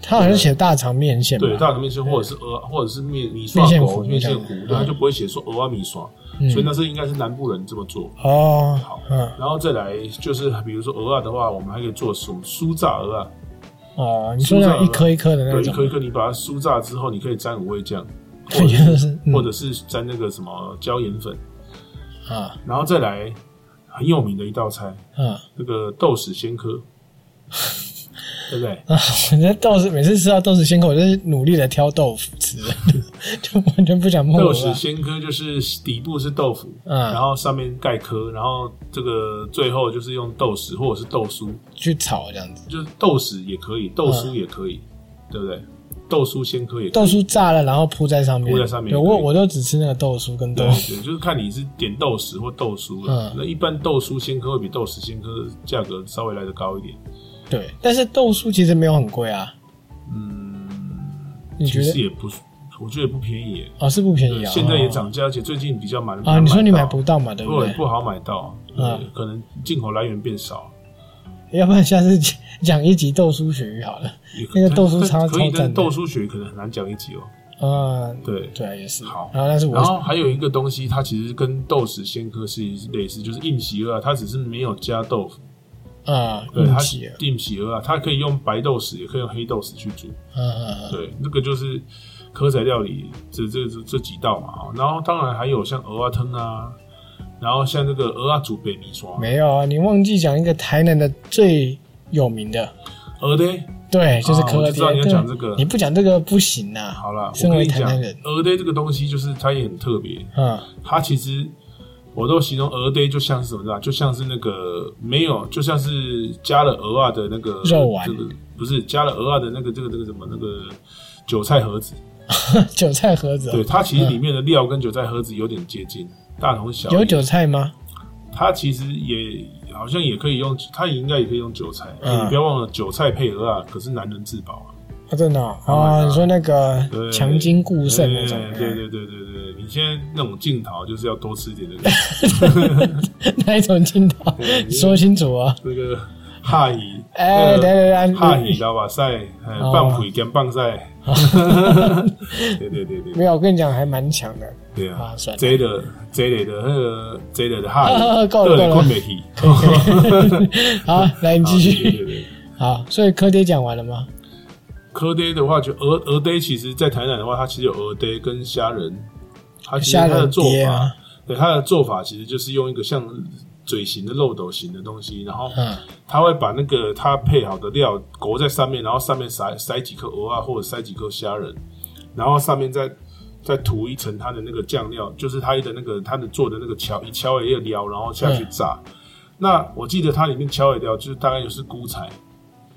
Speaker 2: 他好像写大肠面线吧？
Speaker 1: 对，大肠面线或者是鹅或者是面米爽
Speaker 2: 嗯面线
Speaker 1: 狗
Speaker 2: 糊
Speaker 1: 面线糊，
Speaker 2: 这样
Speaker 1: 对，他
Speaker 2: 嗯
Speaker 1: 就不会写说鹅啊米爽，所以那是应该是南部人这么做。
Speaker 2: 哦
Speaker 1: 好，
Speaker 2: 嗯，
Speaker 1: 然后再来就是，比如说鹅啊的话，我们还可以做酥酥炸鹅
Speaker 2: 嗯
Speaker 1: 啊，
Speaker 2: 哦，你说那种一颗一颗的那
Speaker 1: 对，一
Speaker 2: 种，
Speaker 1: 颗一颗你把它酥炸之后，你可以沾五味 酱，或
Speaker 2: 感
Speaker 1: 者
Speaker 2: 觉
Speaker 1: 是
Speaker 2: 是
Speaker 1: 或
Speaker 2: 嗯
Speaker 1: 者是沾那个什么椒盐粉，
Speaker 2: 啊
Speaker 1: 然后再来很有名的一道菜，
Speaker 2: 啊
Speaker 1: 那个豆豉鲜科，对不对？
Speaker 2: 啊！我这豆豉每次吃到豆豉鲜口，我就是努力的挑豆腐吃， 就完全不想碰
Speaker 1: 豆
Speaker 2: 鹅
Speaker 1: 豉
Speaker 2: 啊。
Speaker 1: 鲜科就是底部是豆腐，
Speaker 2: 嗯
Speaker 1: 然后上面盖壳，然后这个最后就是用豆豉或者是豆酥，
Speaker 2: 去炒这样子。
Speaker 1: 就是豆豉也可以，
Speaker 2: 嗯
Speaker 1: 豆酥也可以，对不对？豆酥鲜科也可以。
Speaker 2: 豆酥炸了，然后铺在上面。
Speaker 1: 铺在上面
Speaker 2: 对
Speaker 1: 也可以
Speaker 2: 我我都只吃那个豆酥跟豆
Speaker 1: 对
Speaker 2: 腐。
Speaker 1: 对，就是看你是点豆豉或豆酥了。
Speaker 2: 嗯
Speaker 1: 那一般豆酥鲜科会比豆豉鲜科价格稍微来的高一点，
Speaker 2: 对，但是豆酥其实没有很贵啊。嗯，你
Speaker 1: 其
Speaker 2: 觉
Speaker 1: 实
Speaker 2: 得？
Speaker 1: 也不，我觉得不便宜耶。
Speaker 2: 哦，是不便宜啊。
Speaker 1: 现在也
Speaker 2: 哦
Speaker 1: 涨价，而且最近比较蛮哦
Speaker 2: 啊！你说你买
Speaker 1: 到
Speaker 2: 不到嘛，对
Speaker 1: 不
Speaker 2: 不
Speaker 1: 也
Speaker 2: 对？
Speaker 1: 不好买到，
Speaker 2: 嗯
Speaker 1: 对可能进口来源变少。
Speaker 2: 要不然下次讲讲一集豆酥鳕鱼好了。
Speaker 1: 也可
Speaker 2: 那个豆酥
Speaker 1: 但
Speaker 2: 超
Speaker 1: 可以，
Speaker 2: 超
Speaker 1: 但
Speaker 2: 赞的
Speaker 1: 豆酥鳕鱼可能很难讲一集哦。
Speaker 2: 啊，
Speaker 1: 对，
Speaker 2: 对啊，也是。
Speaker 1: 好
Speaker 2: 然后但是我
Speaker 1: 然后还有一个东西，它其实跟豆豉鲜科是类似，就是硬皮鹅啊，它只是没有加豆腐。
Speaker 2: 啊，
Speaker 1: 对，
Speaker 2: 硬
Speaker 1: 它
Speaker 2: 气了。
Speaker 1: 硬皮鹅啊，它可以用白豆豉，也可以用黑豆豉去煮。
Speaker 2: 嗯嗯嗯，
Speaker 1: 对，那个就是蚵仔料理这这这这几道嘛啊。然后当然还有像鹅啊汤啊，然后像那个鹅啊煮北米刷，
Speaker 2: 没有啊，你忘记讲一个台南的最有名的，
Speaker 1: 鹅的。
Speaker 2: 对，就是
Speaker 1: 啊我
Speaker 2: 科
Speaker 1: 就知道
Speaker 2: 爹。
Speaker 1: 你要
Speaker 2: 对
Speaker 1: 讲这个
Speaker 2: 你不讲这个不行呐。
Speaker 1: 好啦，我
Speaker 2: 身
Speaker 1: 跟
Speaker 2: 为
Speaker 1: 你
Speaker 2: 台
Speaker 1: 讲
Speaker 2: 南人，，
Speaker 1: 鹅的这个东西就是它也很特别，
Speaker 2: 嗯，
Speaker 1: 它其实我都形容鹅堆就像是什么呢？就像是那个没有，就像是加了鹅啊的那个
Speaker 2: 肉丸
Speaker 1: 这个不是加了鹅啊的那个这个这个什么那个韭菜盒子。
Speaker 2: 韭菜盒子哦。
Speaker 1: 对，它其实里面的料跟韭菜盒子有点接近，大同小异。
Speaker 2: 有韭菜吗？
Speaker 1: 它其实也好像也可以用，它也应该也可以用韭菜。
Speaker 2: 嗯
Speaker 1: 你不要忘了，韭菜配鹅啊，可是男人自保啊。
Speaker 2: 啊，真的哦
Speaker 1: 然啦
Speaker 2: 哦，你说那个
Speaker 1: 对
Speaker 2: 强筋固肾那种，啊
Speaker 1: 对对对对对对，你现在那种镜头就是要多吃一点那个。
Speaker 2: 那一种劲道
Speaker 1: 对，
Speaker 2: 说清楚啊。
Speaker 1: 那个哈伊，
Speaker 2: 哎
Speaker 1: 那个
Speaker 2: 等等等
Speaker 1: 哈伊老瓦塞，哎
Speaker 2: 哦
Speaker 1: 棒腿跟棒赛，对对对对
Speaker 2: 没有，我跟你讲，还蛮强的。
Speaker 1: 对啊
Speaker 2: 啊算，了
Speaker 1: 这的这类的那个这类的哈伊，
Speaker 2: 够了够了
Speaker 1: 困没起，
Speaker 2: 好，来你继
Speaker 1: 对
Speaker 2: 续。
Speaker 1: 对对。
Speaker 2: 好，所以科爹讲完了吗？
Speaker 1: 科爹的话，就鹅鹅爹，其实在台南的话，它其实有鹅爹跟虾仁，它其实它
Speaker 2: 虾
Speaker 1: 的
Speaker 2: 仁
Speaker 1: 做
Speaker 2: 爹
Speaker 1: 法，
Speaker 2: 啊
Speaker 1: 对它的做法其实就是用一个像嘴型的漏斗形的东西，然后
Speaker 2: 嗯
Speaker 1: 它会把那个它配好的料裹在上面，然后上面塞塞几颗鹅啊，或者塞几颗虾仁，然后上面再再涂一层它的那个酱料，就是它的那个它的做的那个桥一敲也要
Speaker 2: 嗯
Speaker 1: 撩，然后下去炸。那我记得它里面敲也掉，就是大概就是菇材，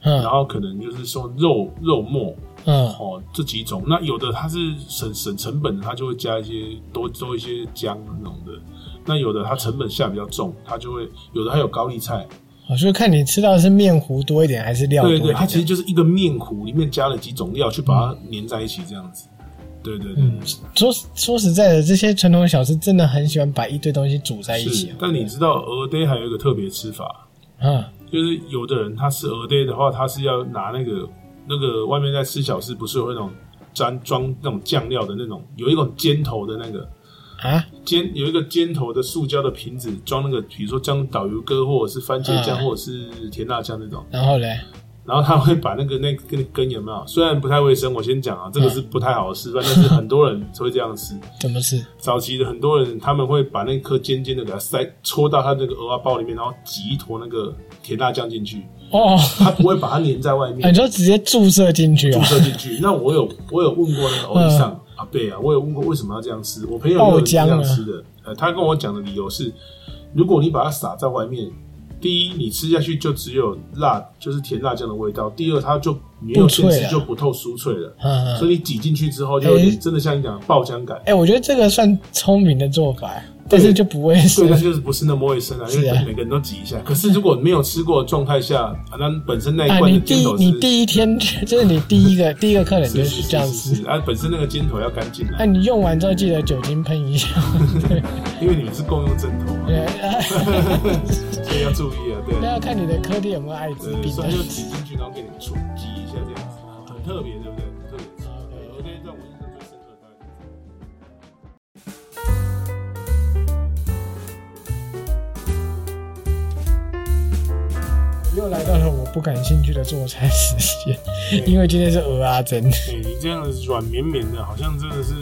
Speaker 2: 嗯
Speaker 1: 然后可能就是说肉肉末
Speaker 2: 嗯
Speaker 1: 哦这几种。那有的它是省省成本的，它就会加一些多多一些姜那种的。那有的它成本下比较重，它就会有的还有高丽菜，
Speaker 2: 我就哦看你吃到的是面糊多一点还是料多一
Speaker 1: 对
Speaker 2: 点。
Speaker 1: 对，它其实就是一个面糊，里面加了几种料去把它粘在一起这样子。对对对，
Speaker 2: 嗯说说实在的，这些传统小吃真的很喜欢把一堆东西煮在一
Speaker 1: 是
Speaker 2: 起哦。。
Speaker 1: 但你知道鹅爹还有一个特别吃法，
Speaker 2: 嗯
Speaker 1: 就是有的人他吃鹅爹的话，他是要拿那个那个外面在吃小吃，不是有那种沾装那种酱料的那种，有一种尖头的那个
Speaker 2: 啊，
Speaker 1: 尖有一个尖头的塑胶的瓶子装那个，比如说装导游哥或者是番茄酱
Speaker 2: 嗯
Speaker 1: 或者是甜辣酱那种，
Speaker 2: 然后嘞，
Speaker 1: 然后他会把那个那根根有没有？虽然不太卫生，我先讲啊，这个是不太好的示范，但是很多人会这样吃。
Speaker 2: 怎么吃？
Speaker 1: 早期的很多人他们会把那颗尖尖的给它塞戳到他那个鹅啊包里面，然后挤一坨那个甜辣酱进去。
Speaker 2: 哦，
Speaker 1: 它不会把它粘在外
Speaker 2: 你
Speaker 1: 面
Speaker 2: 说直接注射进去
Speaker 1: 注
Speaker 2: 哦，
Speaker 1: 射进去。那我有我有问过那个
Speaker 2: 嗯
Speaker 1: 欧弟上阿贝啊，我有问过为什么要这样吃。我朋友也有
Speaker 2: 爆
Speaker 1: 人这
Speaker 2: 浆啊
Speaker 1: 样吃的，呃，他跟我讲的理由是，如果你把它撒在外面，第一你吃下去就只有辣，就是甜辣酱的味道；第二它就没有
Speaker 2: 不脆
Speaker 1: 先
Speaker 2: 了
Speaker 1: 吃就不透酥脆了，
Speaker 2: 嗯
Speaker 1: 所
Speaker 2: 嗯。
Speaker 1: 以你挤进去之后就有点
Speaker 2: 哎
Speaker 1: 真的像你讲的爆浆感。
Speaker 2: 哎、我觉得这个算聪明的做法，但是就不卫
Speaker 1: 对，
Speaker 2: 生
Speaker 1: 但。就是不是那么卫生啊，因
Speaker 2: 是
Speaker 1: 为
Speaker 2: 啊
Speaker 1: 每个人都挤一下。可是如果没有吃过的状态下，啊那本身那一
Speaker 2: 啊，
Speaker 1: 罐
Speaker 2: 你
Speaker 1: 的
Speaker 2: 第
Speaker 1: 尖
Speaker 2: 一
Speaker 1: 头
Speaker 2: 你
Speaker 1: 是
Speaker 2: 第 一天就是你第一个第一个客人就是是这样
Speaker 1: 是是
Speaker 2: 吃，
Speaker 1: 是啊，本身那个尖头要干净啊
Speaker 2: 那、，你用完之后记得酒精喷一下。对
Speaker 1: 因为你们是共用针头嘛，
Speaker 2: 对， 啊
Speaker 1: 所以要注意啊，对
Speaker 2: 那，要看你的颗粒有没有艾滋
Speaker 1: 呃，
Speaker 2: 病
Speaker 1: 所
Speaker 2: 啊
Speaker 1: 以。就挤进去，然后给你们戳挤一下这样子，很特别，对不对？很特别，
Speaker 2: 啊
Speaker 1: 对我那一段我印象最深刻的大概就是这个。
Speaker 2: 又来到了我不感兴趣的做菜时间，因为今天是鹅阿珍，
Speaker 1: 哎、你这样子软绵绵的，好像真的是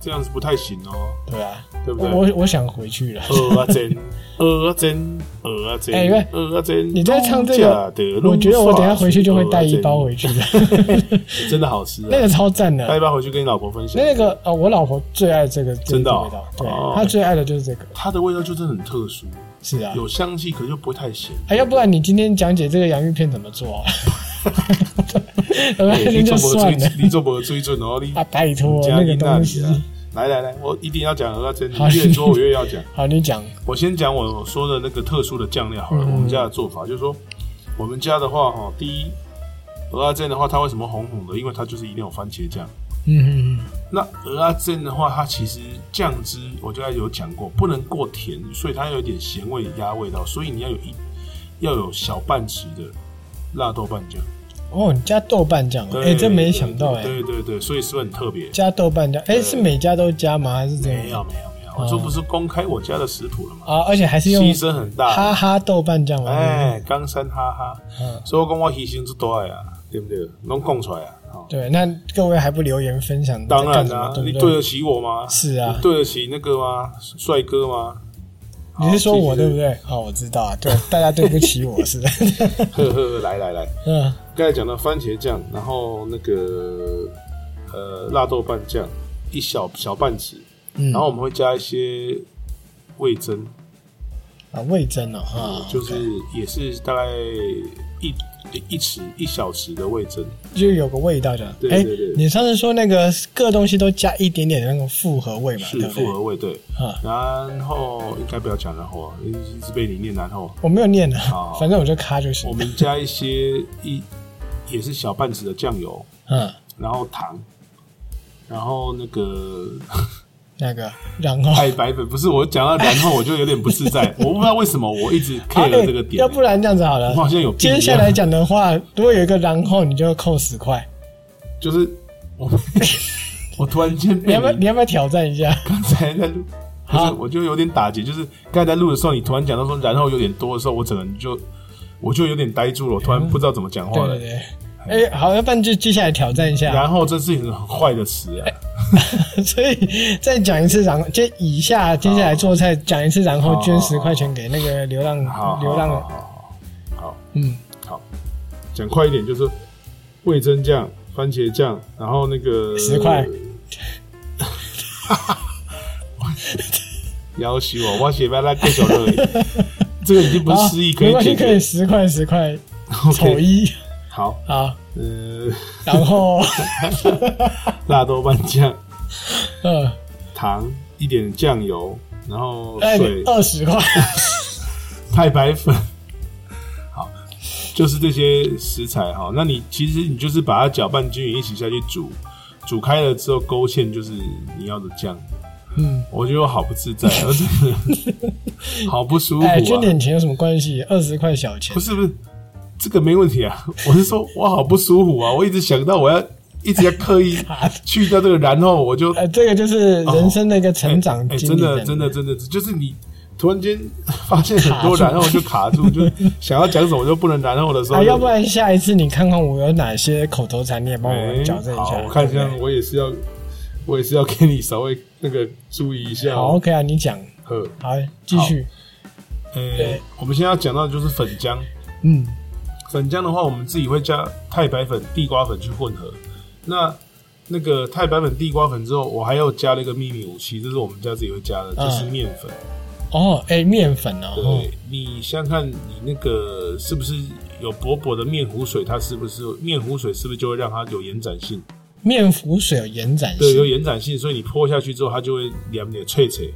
Speaker 1: 这样子不太行哦，
Speaker 2: 对吧、
Speaker 1: 对不
Speaker 2: 我
Speaker 1: 对？
Speaker 2: 我我想回去了。
Speaker 1: 鹅啊真，鹅啊真，鹅啊真，
Speaker 2: 哎喂
Speaker 1: 鹅啊真，
Speaker 2: 你在唱这个
Speaker 1: 个
Speaker 2: 我觉得我等一下回去就会带一包回去的，
Speaker 1: 去， 真的好吃、啊。
Speaker 2: 那个超赞的
Speaker 1: 带。一包回去跟你老婆分享。
Speaker 2: 那个呃，我老婆最爱这个这
Speaker 1: 真的
Speaker 2: 个
Speaker 1: 哦
Speaker 2: 味道，对
Speaker 1: 哦，
Speaker 2: 她最爱的就是这个。
Speaker 1: 它的味道就真的很特殊，
Speaker 2: 是啊，
Speaker 1: 有香气，可就不太咸。
Speaker 2: 哎，要不然你今天讲解这个洋芋片怎么做 啊？我
Speaker 1: 哎你
Speaker 2: 那就
Speaker 1: 做不
Speaker 2: 算了
Speaker 1: 追，你做不追准哦，你
Speaker 2: 啊，拜托
Speaker 1: 加
Speaker 2: 那个
Speaker 1: 你那
Speaker 2: 东
Speaker 1: 里
Speaker 2: 西。
Speaker 1: 啊。来来来，我一定要讲鹅啊真，
Speaker 2: 好
Speaker 1: 你越说我越要讲。
Speaker 2: 好，你讲，
Speaker 1: 我先讲我说的那个特殊的酱料好了，
Speaker 2: 嗯
Speaker 1: 我们家的做法就是说，我们家的话哈，第一，鹅啊煎的话，它为什么红红的？因为它就是一定有番茄酱。
Speaker 2: 嗯嗯嗯，
Speaker 1: 那鹅啊煎的话，它其实酱汁我就有讲过，不能过甜，所以它有一点咸味压味道，所以你要有一要有小半匙的辣豆瓣酱。
Speaker 2: 哦，你加豆瓣酱啊，
Speaker 1: 对
Speaker 2: 哎，真没想到哎，
Speaker 1: 对对对，所以是不是很特别。
Speaker 2: 加豆瓣酱，哎，是每家都加吗？还是怎
Speaker 1: 没
Speaker 2: 样？
Speaker 1: 有没有没有，我这不是公开我家的食谱了吗？
Speaker 2: 啊，而且哦还是用
Speaker 1: 牺牲很大。
Speaker 2: 哈哈豆瓣酱吗？
Speaker 1: 啊哎，江山哈哈，
Speaker 2: 嗯
Speaker 1: 所以我讲我牺牲之大的啊，对不对？拢讲出来啊，哦，
Speaker 2: 对，那各位还不留言分享？
Speaker 1: 当然
Speaker 2: 啦
Speaker 1: 啦、，
Speaker 2: 对
Speaker 1: 你
Speaker 2: 不
Speaker 1: 对
Speaker 2: 对
Speaker 1: 得？起我吗？
Speaker 2: 是啊
Speaker 1: 你对得起那个吗？帅哥吗？
Speaker 2: 你是说我对不
Speaker 1: 对？
Speaker 2: 对？哦，我知道啊，对，大家对不起我是的。
Speaker 1: 呵呵呵，来来来，
Speaker 2: 嗯
Speaker 1: 刚才讲到番茄酱，然后那个呃辣豆瓣酱一小小半匙，
Speaker 2: 嗯，
Speaker 1: 然后我们会加一些味增，
Speaker 2: 啊，味增哦，啊，
Speaker 1: 就是也是大概一一匙一小匙的味增，
Speaker 2: 就有个味道的。
Speaker 1: 对
Speaker 2: 哎
Speaker 1: 对对，
Speaker 2: 你上次说那个各东西都加一点点的那种复合味嘛，
Speaker 1: 是
Speaker 2: 对不对
Speaker 1: 复？合味，对。
Speaker 2: 啊，
Speaker 1: 然后应该不要讲然后啊，因为一直被你念然后。
Speaker 2: 我没有念啊
Speaker 1: 好，
Speaker 2: 反正我就咔就
Speaker 1: 我
Speaker 2: 行。
Speaker 1: 们加一些一也是小半匙的酱油，
Speaker 2: 嗯，
Speaker 1: 然后糖，然后那个
Speaker 2: 那个，然后。
Speaker 1: 太白粉，不是我讲到然后我就有点不自 在，我不知道为什么我一直
Speaker 2: 好
Speaker 1: care 这个点、
Speaker 2: 啊哎要不然这样子好了
Speaker 1: 我。好像有病一样
Speaker 2: 接下来讲的话，如果有一个然后，你就扣十 块。
Speaker 1: 就是我 我突然间
Speaker 2: 你
Speaker 1: 被
Speaker 2: 要不要？你
Speaker 1: 你
Speaker 2: 要不要挑 战一下？
Speaker 1: 刚才在录。不是
Speaker 2: 好，
Speaker 1: 我就有点打结，就是刚才在录的时候，你突然讲到说然后有点多的时候，我整个人就我就有点呆住了，我突然不知道怎么讲话
Speaker 2: 对
Speaker 1: 了
Speaker 2: 对。对。哎，好，要不然就接下来挑战一下。
Speaker 1: 然后这是一个很坏的词啊，
Speaker 2: 哎所以再讲一次，然后接以下接下来做菜讲一次，然后捐十块钱给那个流浪
Speaker 1: 好，
Speaker 2: 流
Speaker 1: 好
Speaker 2: 浪，
Speaker 1: 好好好，
Speaker 2: 嗯，
Speaker 1: 讲快一点，就是味增酱、番茄酱，然后那个
Speaker 2: 十块，
Speaker 1: 要求我，我写白来更小 乐，这个已经不是
Speaker 2: 好
Speaker 1: 失忆可以
Speaker 2: 啊没关系
Speaker 1: 解
Speaker 2: 可以
Speaker 1: 决。
Speaker 2: 十块十块
Speaker 1: OK，
Speaker 2: 丑一，
Speaker 1: 好，
Speaker 2: 啊，
Speaker 1: 呃，
Speaker 2: 然后
Speaker 1: 辣豆瓣酱、
Speaker 2: 嗯，
Speaker 1: 糖、一点酱油，然后
Speaker 2: 哎
Speaker 1: 水、，
Speaker 2: 二十块，
Speaker 1: 太白粉，好，就是这些食材哈。那你其实你就是把它搅拌均匀一起下去煮，煮开了之后勾芡就是你要的酱。
Speaker 2: 嗯，
Speaker 1: 我觉得我好不自在，啊我真 的好不舒服、啊。
Speaker 2: 哎，捐点钱有什么关系？二十块小钱
Speaker 1: 不，是不是，这个没问题啊。我是说我好不舒服啊，我一直想到我要一直要刻 意
Speaker 2: 啊
Speaker 1: 去掉这个，然后我就
Speaker 2: 呃，这个就是人生的一个成长
Speaker 1: 哦哎、
Speaker 2: 经
Speaker 1: 真
Speaker 2: 历、
Speaker 1: 的，真的，真的，就是你突然间发现很 多然后就卡住，就想要讲什么就不能然后的时候
Speaker 2: 啊，
Speaker 1: 就，
Speaker 2: 要不然下一次你看看我有哪些口头禅，你也帮
Speaker 1: 哎
Speaker 2: 我矫正一
Speaker 1: 好
Speaker 2: 下。
Speaker 1: 我看一
Speaker 2: 对
Speaker 1: 下
Speaker 2: 不，对
Speaker 1: 我也是要，我也是要给你稍微那个注意一下
Speaker 2: 好
Speaker 1: 哦。
Speaker 2: ，OK 啊，你讲，
Speaker 1: 好，
Speaker 2: 好，继续，
Speaker 1: 呃
Speaker 2: 对，
Speaker 1: 我们现在要讲到的就是粉浆，
Speaker 2: 嗯，
Speaker 1: 粉浆的话，我们自己会加太白粉、地瓜粉去混合。那那个太白粉、地瓜粉之后，我还要加了一个秘密武器，这是我们家自己会加的，就是
Speaker 2: 嗯
Speaker 1: 面粉。
Speaker 2: 哦，哎，面粉哦，哦
Speaker 1: 对，你想想看，你那个是不是有薄薄的面糊水？它是不是面糊水？是不是就会让它有延展性？
Speaker 2: 面浮水有延展
Speaker 1: 对，有
Speaker 2: 性，
Speaker 1: 延展性，所以你泼下去之后，它就会凉点脆脆、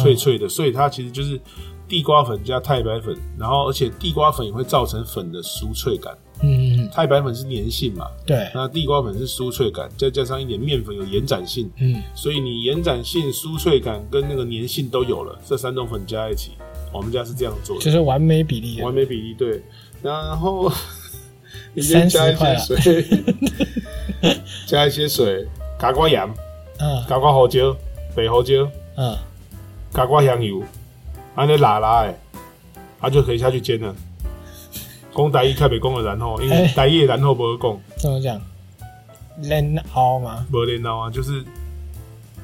Speaker 1: 脆脆的。所以它其实就是地瓜粉加太白粉，然后而且地瓜粉也会造成粉的酥脆感。
Speaker 2: 嗯嗯嗯，
Speaker 1: 太白粉是粘性嘛，
Speaker 2: 对，
Speaker 1: 那地瓜粉是酥脆感，再加上一点面粉有延展性，
Speaker 2: 嗯，
Speaker 1: 所以你延展性、酥脆感跟那个粘性都有了，这三种粉加在一起，我们家是这样做的。
Speaker 2: 就是完美比例的
Speaker 1: 完美比例对，然 后 你先加一些
Speaker 2: 30
Speaker 1: 水， 加一些水，加瓜盐，
Speaker 2: 嗯
Speaker 1: 加瓜胡椒，白胡椒，
Speaker 2: 嗯，
Speaker 1: 加瓜香油，安尼拉拉的，它就可以下去煎了。讲台语较袂讲的然后，因为
Speaker 2: 哎
Speaker 1: 台语的然后无讲，
Speaker 2: 怎么讲？冷凹吗？
Speaker 1: 无然后啊，就是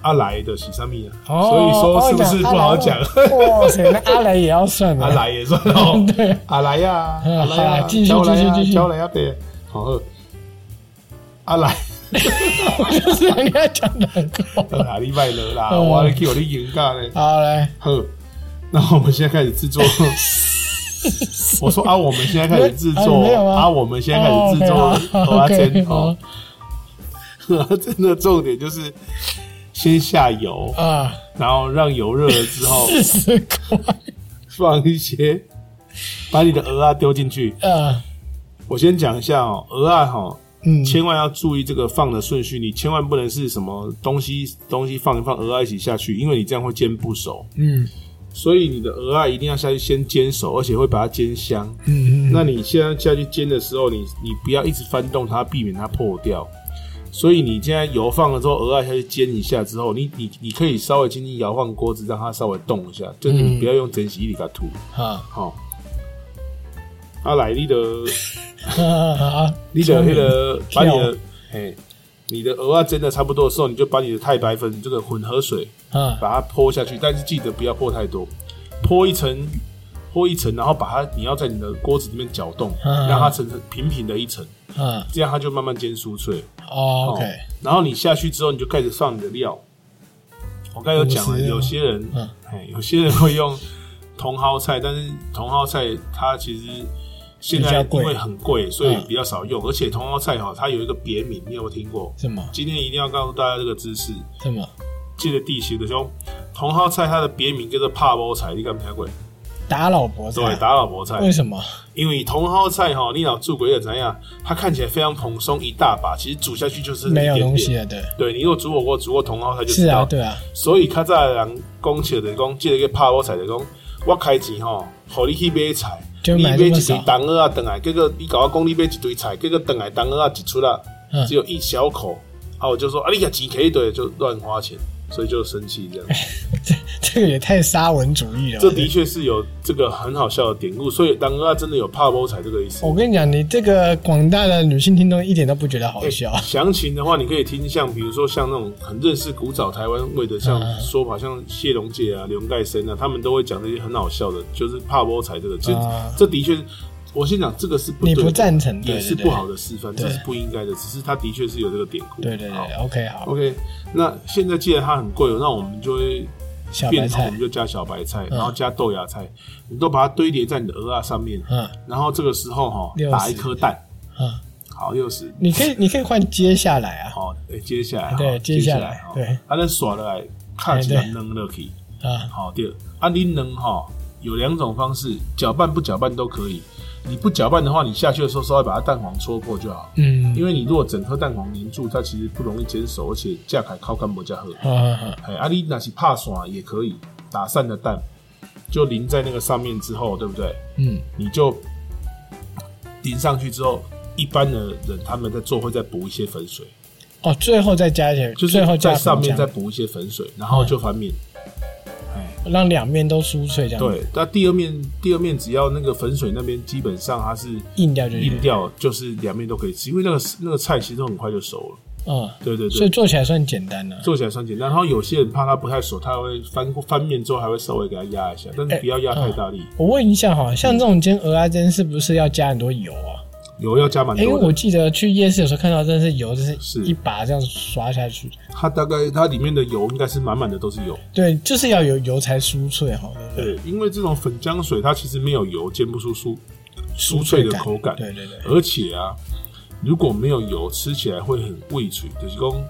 Speaker 1: 阿来的是啥物啊？
Speaker 2: 哦
Speaker 1: 所以说是不是不好讲？
Speaker 2: 哇塞，那阿来也要算
Speaker 1: 阿
Speaker 2: 啊！，
Speaker 1: 来也算哦
Speaker 2: 对，
Speaker 1: 阿来呀，
Speaker 2: 嗯
Speaker 1: 阿来呀，
Speaker 2: 好继续
Speaker 1: 叫来呀
Speaker 2: 继续继续
Speaker 1: 叫来呀，对，好，好阿来。
Speaker 2: 我就是人家讲的很够。
Speaker 1: 哪里卖了啦？
Speaker 2: 嗯
Speaker 1: 我还去有你演讲嘞。
Speaker 2: 好来，
Speaker 1: 好，那我们现在开始 制作。我说啊，我们现在开始制
Speaker 2: 啊你没有
Speaker 1: 作
Speaker 2: 吗
Speaker 1: 啊，我们现在开始制
Speaker 2: 哦
Speaker 1: 作
Speaker 2: ，OK，好
Speaker 1: 蚵仔
Speaker 2: OK，
Speaker 1: 煎哦。 真的重点就是先下油，
Speaker 2: 啊，
Speaker 1: 然后让油热了之 后，
Speaker 2: 四十块
Speaker 1: 放一些，把你的鹅啊丢进去。
Speaker 2: 啊，
Speaker 1: 我先讲一下哦，鹅啊哈，
Speaker 2: 嗯，
Speaker 1: 千万要注意这个放的顺序，你千万不能是什么东西东西放一放，鹅啊一起下去，因为你这样会煎不熟。
Speaker 2: 嗯
Speaker 1: 所以你的鹅啊一定要下去先煎熟，而且会把它煎香。
Speaker 2: 嗯嗯，
Speaker 1: 那你现在下去煎的时候，你你不要一直翻动它，避免它破掉。所以你现在油放了之后，鹅啊下去煎一下之后，你你你可以稍微轻轻摇晃锅子，让它稍微动一下，就是你不要用整洗力给它吐。
Speaker 2: 好，
Speaker 1: 好、啊来，你的
Speaker 2: 好，
Speaker 1: 你的那个把你
Speaker 2: 跳
Speaker 1: 的嘿，你的鹅啊煎的差不多的时候，你就把你的太白粉这个混合水
Speaker 2: 啊，
Speaker 1: 把它泼下去，但是记得不要泼太多，泼一层，泼一层，然后把它你要在你的锅子里面搅动，
Speaker 2: 嗯
Speaker 1: 让它层层平平的一层，
Speaker 2: 啊
Speaker 1: 这样它就慢慢煎酥脆。
Speaker 2: 哦，OK，
Speaker 1: 然后你下去之后，你就开始放你的料。我刚才有讲
Speaker 2: 五
Speaker 1: 了，
Speaker 2: 十
Speaker 1: 有些人
Speaker 2: 嗯，
Speaker 1: 哎，有些人会用茼蒿菜，但是茼蒿菜它其实现
Speaker 2: 比
Speaker 1: 在
Speaker 2: 较
Speaker 1: 因
Speaker 2: 贵
Speaker 1: 为很贵，所以
Speaker 2: 嗯
Speaker 1: 比较少用。而且茼蒿菜哈，它有一个别名，你有没有听过？
Speaker 2: 什么
Speaker 1: 今天一定要告诉大家这个知识。
Speaker 2: 什么
Speaker 1: 记得地形的兄，茼蒿菜它的别名叫做帕波菜，你敢听过？
Speaker 2: 打老婆菜？
Speaker 1: 对，打老婆菜。
Speaker 2: 为什么？
Speaker 1: 因为茼蒿菜哈，你老煮鬼也怎样？它看起来非常蓬松，一大把，其实煮下去就是
Speaker 2: 没有
Speaker 1: 一点点
Speaker 2: 东西。了，对，
Speaker 1: 对你如果煮火锅煮过茼蒿菜就知
Speaker 2: 是
Speaker 1: 道。
Speaker 2: 啊，对啊，
Speaker 1: 所以较早的人讲笑的讲，即、个拍我菜就讲，我开钱吼，互你去买菜，
Speaker 2: 就
Speaker 1: 你
Speaker 2: 买
Speaker 1: 买
Speaker 2: 这
Speaker 1: 一
Speaker 2: 么
Speaker 1: 堆
Speaker 2: 少
Speaker 1: 冬蚵啊，等来，结果你甲我讲你买一堆菜，结果等来冬蚵啊一出啊，
Speaker 2: 嗯
Speaker 1: 只有一小口，啊，我就说啊，你甲钱摕一堆就乱花钱，所以就生气 这样。
Speaker 2: 这这个也太沙文主义了。
Speaker 1: 这的确是有这个很好笑的典故，所以冬蚵啊真的有拍波彩这个意思
Speaker 2: 我。跟你讲，你这个广大的女性听众一点都不觉得好笑。
Speaker 1: 哎详情的话，你可以听像比如说像那种很认识古早台湾味的，像
Speaker 2: 嗯
Speaker 1: 说法，像谢龙介啊、刘盖生啊，他们都会讲这些很好笑的，就是怕波彩这个，这、
Speaker 2: 啊
Speaker 1: 这的确是，我先讲这个是不对
Speaker 2: 你
Speaker 1: 的，
Speaker 2: 不赞成，对
Speaker 1: 也是
Speaker 2: 对对
Speaker 1: 不好的示范，
Speaker 2: 对
Speaker 1: 这是不应该的，只是他的确是有这个典故。
Speaker 2: 对对
Speaker 1: 好
Speaker 2: 对，OK，好，
Speaker 1: OK，那现在既然它很贵哦，那我们就会
Speaker 2: 小白
Speaker 1: 变通，我
Speaker 2: 菜
Speaker 1: 们，就加小白菜，
Speaker 2: 嗯
Speaker 1: 然后加豆芽菜，你都把它堆叠在你的鹅啊上面，
Speaker 2: 嗯
Speaker 1: 然后这个时候哈、
Speaker 2: 六十
Speaker 1: 打一颗蛋，
Speaker 2: 嗯
Speaker 1: 好，六十，
Speaker 2: 你可以你可以换接下来啊
Speaker 1: 好，对，接下来，
Speaker 2: 对
Speaker 1: 好
Speaker 2: 接
Speaker 1: 接
Speaker 2: 下
Speaker 1: 下
Speaker 2: 来
Speaker 1: 好
Speaker 2: 对，
Speaker 1: 啊，咱耍落来，看起来能落去，
Speaker 2: 啊，
Speaker 1: 好，第二，啊，你能哈有两种方式，搅拌不搅拌都可以。你不搅拌的话，你下去的时候稍微把它蛋黄戳破就好，
Speaker 2: 嗯，
Speaker 1: 因为你如果整颗蛋黄凝住，它其实不容易煎熟，而且架开靠干不加喝。
Speaker 2: 好好好，
Speaker 1: 哎，啊，你那是怕耍也可以，打散的蛋就淋在那个上面之后，对不对？
Speaker 2: 嗯
Speaker 1: 你就淋上去之后，一般的人他们在做会再补一些粉水，
Speaker 2: 哦，最后再加一点，
Speaker 1: 就是
Speaker 2: 最后加
Speaker 1: 在
Speaker 2: 粉
Speaker 1: 上面
Speaker 2: 浆
Speaker 1: 再补一些粉水，然后就翻面。哎，
Speaker 2: 让两面都酥脆这样，，
Speaker 1: 对，那第二面第二面只要那个粉水那边基本上它是
Speaker 2: 硬掉就
Speaker 1: 硬
Speaker 2: 是，
Speaker 1: 掉，就是两面都可以吃，因为那个那个菜其实都很快就熟了。
Speaker 2: 嗯，
Speaker 1: 对对对，
Speaker 2: 所以做起来算简单的、
Speaker 1: 做起来算简单。然后有些人怕它不太熟，他会翻翻面之后还会稍微给它压一下，但
Speaker 2: 哎
Speaker 1: 是不要压太大力，
Speaker 2: 我问一下哈，像这种煎鹅啊煎是不是要加很多油啊？
Speaker 1: 油要加蛮
Speaker 2: 哎、因为
Speaker 1: 多
Speaker 2: 我
Speaker 1: 的。
Speaker 2: 记得去夜市有时候看到，真的是油，就是
Speaker 1: 是
Speaker 2: 一把这样刷下去。
Speaker 1: 它大概它里面的油应该是满满的都是油。
Speaker 2: 对，就是要有油才酥脆哈，对不对？
Speaker 1: 对，因为这种粉浆水它其实没有油，煎不出酥酥
Speaker 2: 脆
Speaker 1: 脆的口感。
Speaker 2: 对对对，
Speaker 1: 而且啊，如果没有油，吃起来会很味脆，就是说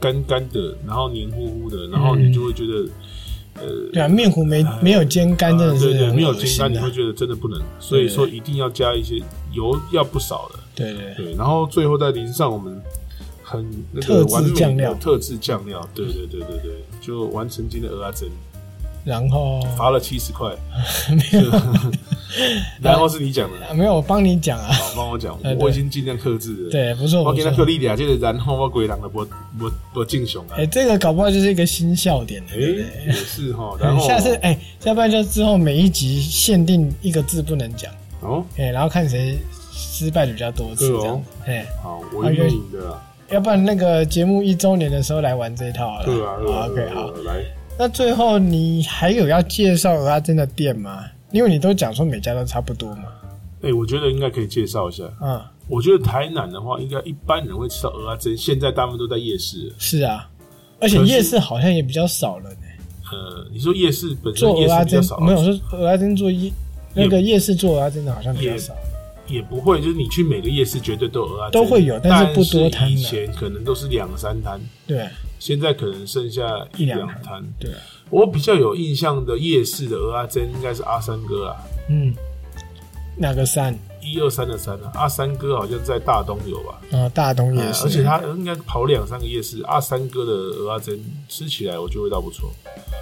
Speaker 1: 干干的，然后黏糊糊的，然后
Speaker 2: 嗯
Speaker 1: 你就会觉得，
Speaker 2: 对啊，面糊没没有煎干，真的
Speaker 1: 呃
Speaker 2: 是
Speaker 1: 啊对对，
Speaker 2: 很
Speaker 1: 没有
Speaker 2: 恶
Speaker 1: 煎
Speaker 2: 心啊
Speaker 1: 干，你
Speaker 2: 的
Speaker 1: 会觉得真的不能。所以
Speaker 2: 对对
Speaker 1: 说一定要加一些油，要不少的。
Speaker 2: 对对对，
Speaker 1: 对，然后最后再淋上我们很那
Speaker 2: 特
Speaker 1: 个
Speaker 2: 制
Speaker 1: 完
Speaker 2: 酱
Speaker 1: 美
Speaker 2: 料
Speaker 1: 的特制酱料，对对对对对，就完成今天的鹅阿珍，
Speaker 2: 然后
Speaker 1: 罚了七十
Speaker 2: 呃
Speaker 1: 块，
Speaker 2: 没有
Speaker 1: 然后是你讲的，
Speaker 2: 啊 没有，我帮你讲 啊，
Speaker 1: 好，帮我讲
Speaker 2: 哎，对
Speaker 1: 我已经尽量克制了。，
Speaker 2: 对，不错
Speaker 1: 我
Speaker 2: 不
Speaker 1: 给他克
Speaker 2: 错。
Speaker 1: 力俩，这个然后我鬼狼的我我我敬雄啊
Speaker 2: 哎、，这个搞不好就是一个新笑点
Speaker 1: 哎，
Speaker 2: 对不对？
Speaker 1: 也是 哈，然后
Speaker 2: 下次哎、要不然就之后每一集限定一个字不能讲，
Speaker 1: 哦，
Speaker 2: 哎、然后看谁失败的比较多次
Speaker 1: 对哦
Speaker 2: 这样，哎、
Speaker 1: 好，我愿意的啊，
Speaker 2: 要不然那个节目一周年的时候来玩这一套好了。
Speaker 1: 对啊，对啊
Speaker 2: 好
Speaker 1: 对
Speaker 2: OK，
Speaker 1: 啊
Speaker 2: 好。
Speaker 1: 对啊，来，
Speaker 2: 那最后你还有要介绍鹅阿珍的店吗？因为你都讲说每家都差不多嘛。
Speaker 1: 哎，我觉得应该可以介绍一下。
Speaker 2: 嗯，
Speaker 1: 我觉得台南的话，应该一般人会吃到鹅阿珍，现在大部分都在夜市了。
Speaker 2: 是啊，而且
Speaker 1: 可是
Speaker 2: 夜市好像也比较少了呢。
Speaker 1: 呃，你说夜市本身
Speaker 2: 做
Speaker 1: 夜
Speaker 2: 鹅阿
Speaker 1: 市比较
Speaker 2: 珍
Speaker 1: 少，
Speaker 2: 没有说鹅阿珍做夜那个夜市做鹅阿珍的好像比较少。
Speaker 1: 也不会，就是你去每个夜市绝对都有鹅啊，
Speaker 2: 都会有但
Speaker 1: 但
Speaker 2: 是不多摊啊
Speaker 1: 以前可能都是两三摊，
Speaker 2: 对
Speaker 1: 现在可能剩下
Speaker 2: 一
Speaker 1: 一
Speaker 2: 两
Speaker 1: 两
Speaker 2: 摊
Speaker 1: 摊。
Speaker 2: 对，
Speaker 1: 我比较有印象的夜市的鹅啊珍应该是阿三哥啊，
Speaker 2: 嗯，哪个山
Speaker 1: 一二三的三啊，阿三哥好像在大东有吧，
Speaker 2: 啊？大东夜
Speaker 1: 呃
Speaker 2: 市，
Speaker 1: 而且他应该跑两三个夜市，阿三哥的鹅啊珍吃起来我觉得味道不错，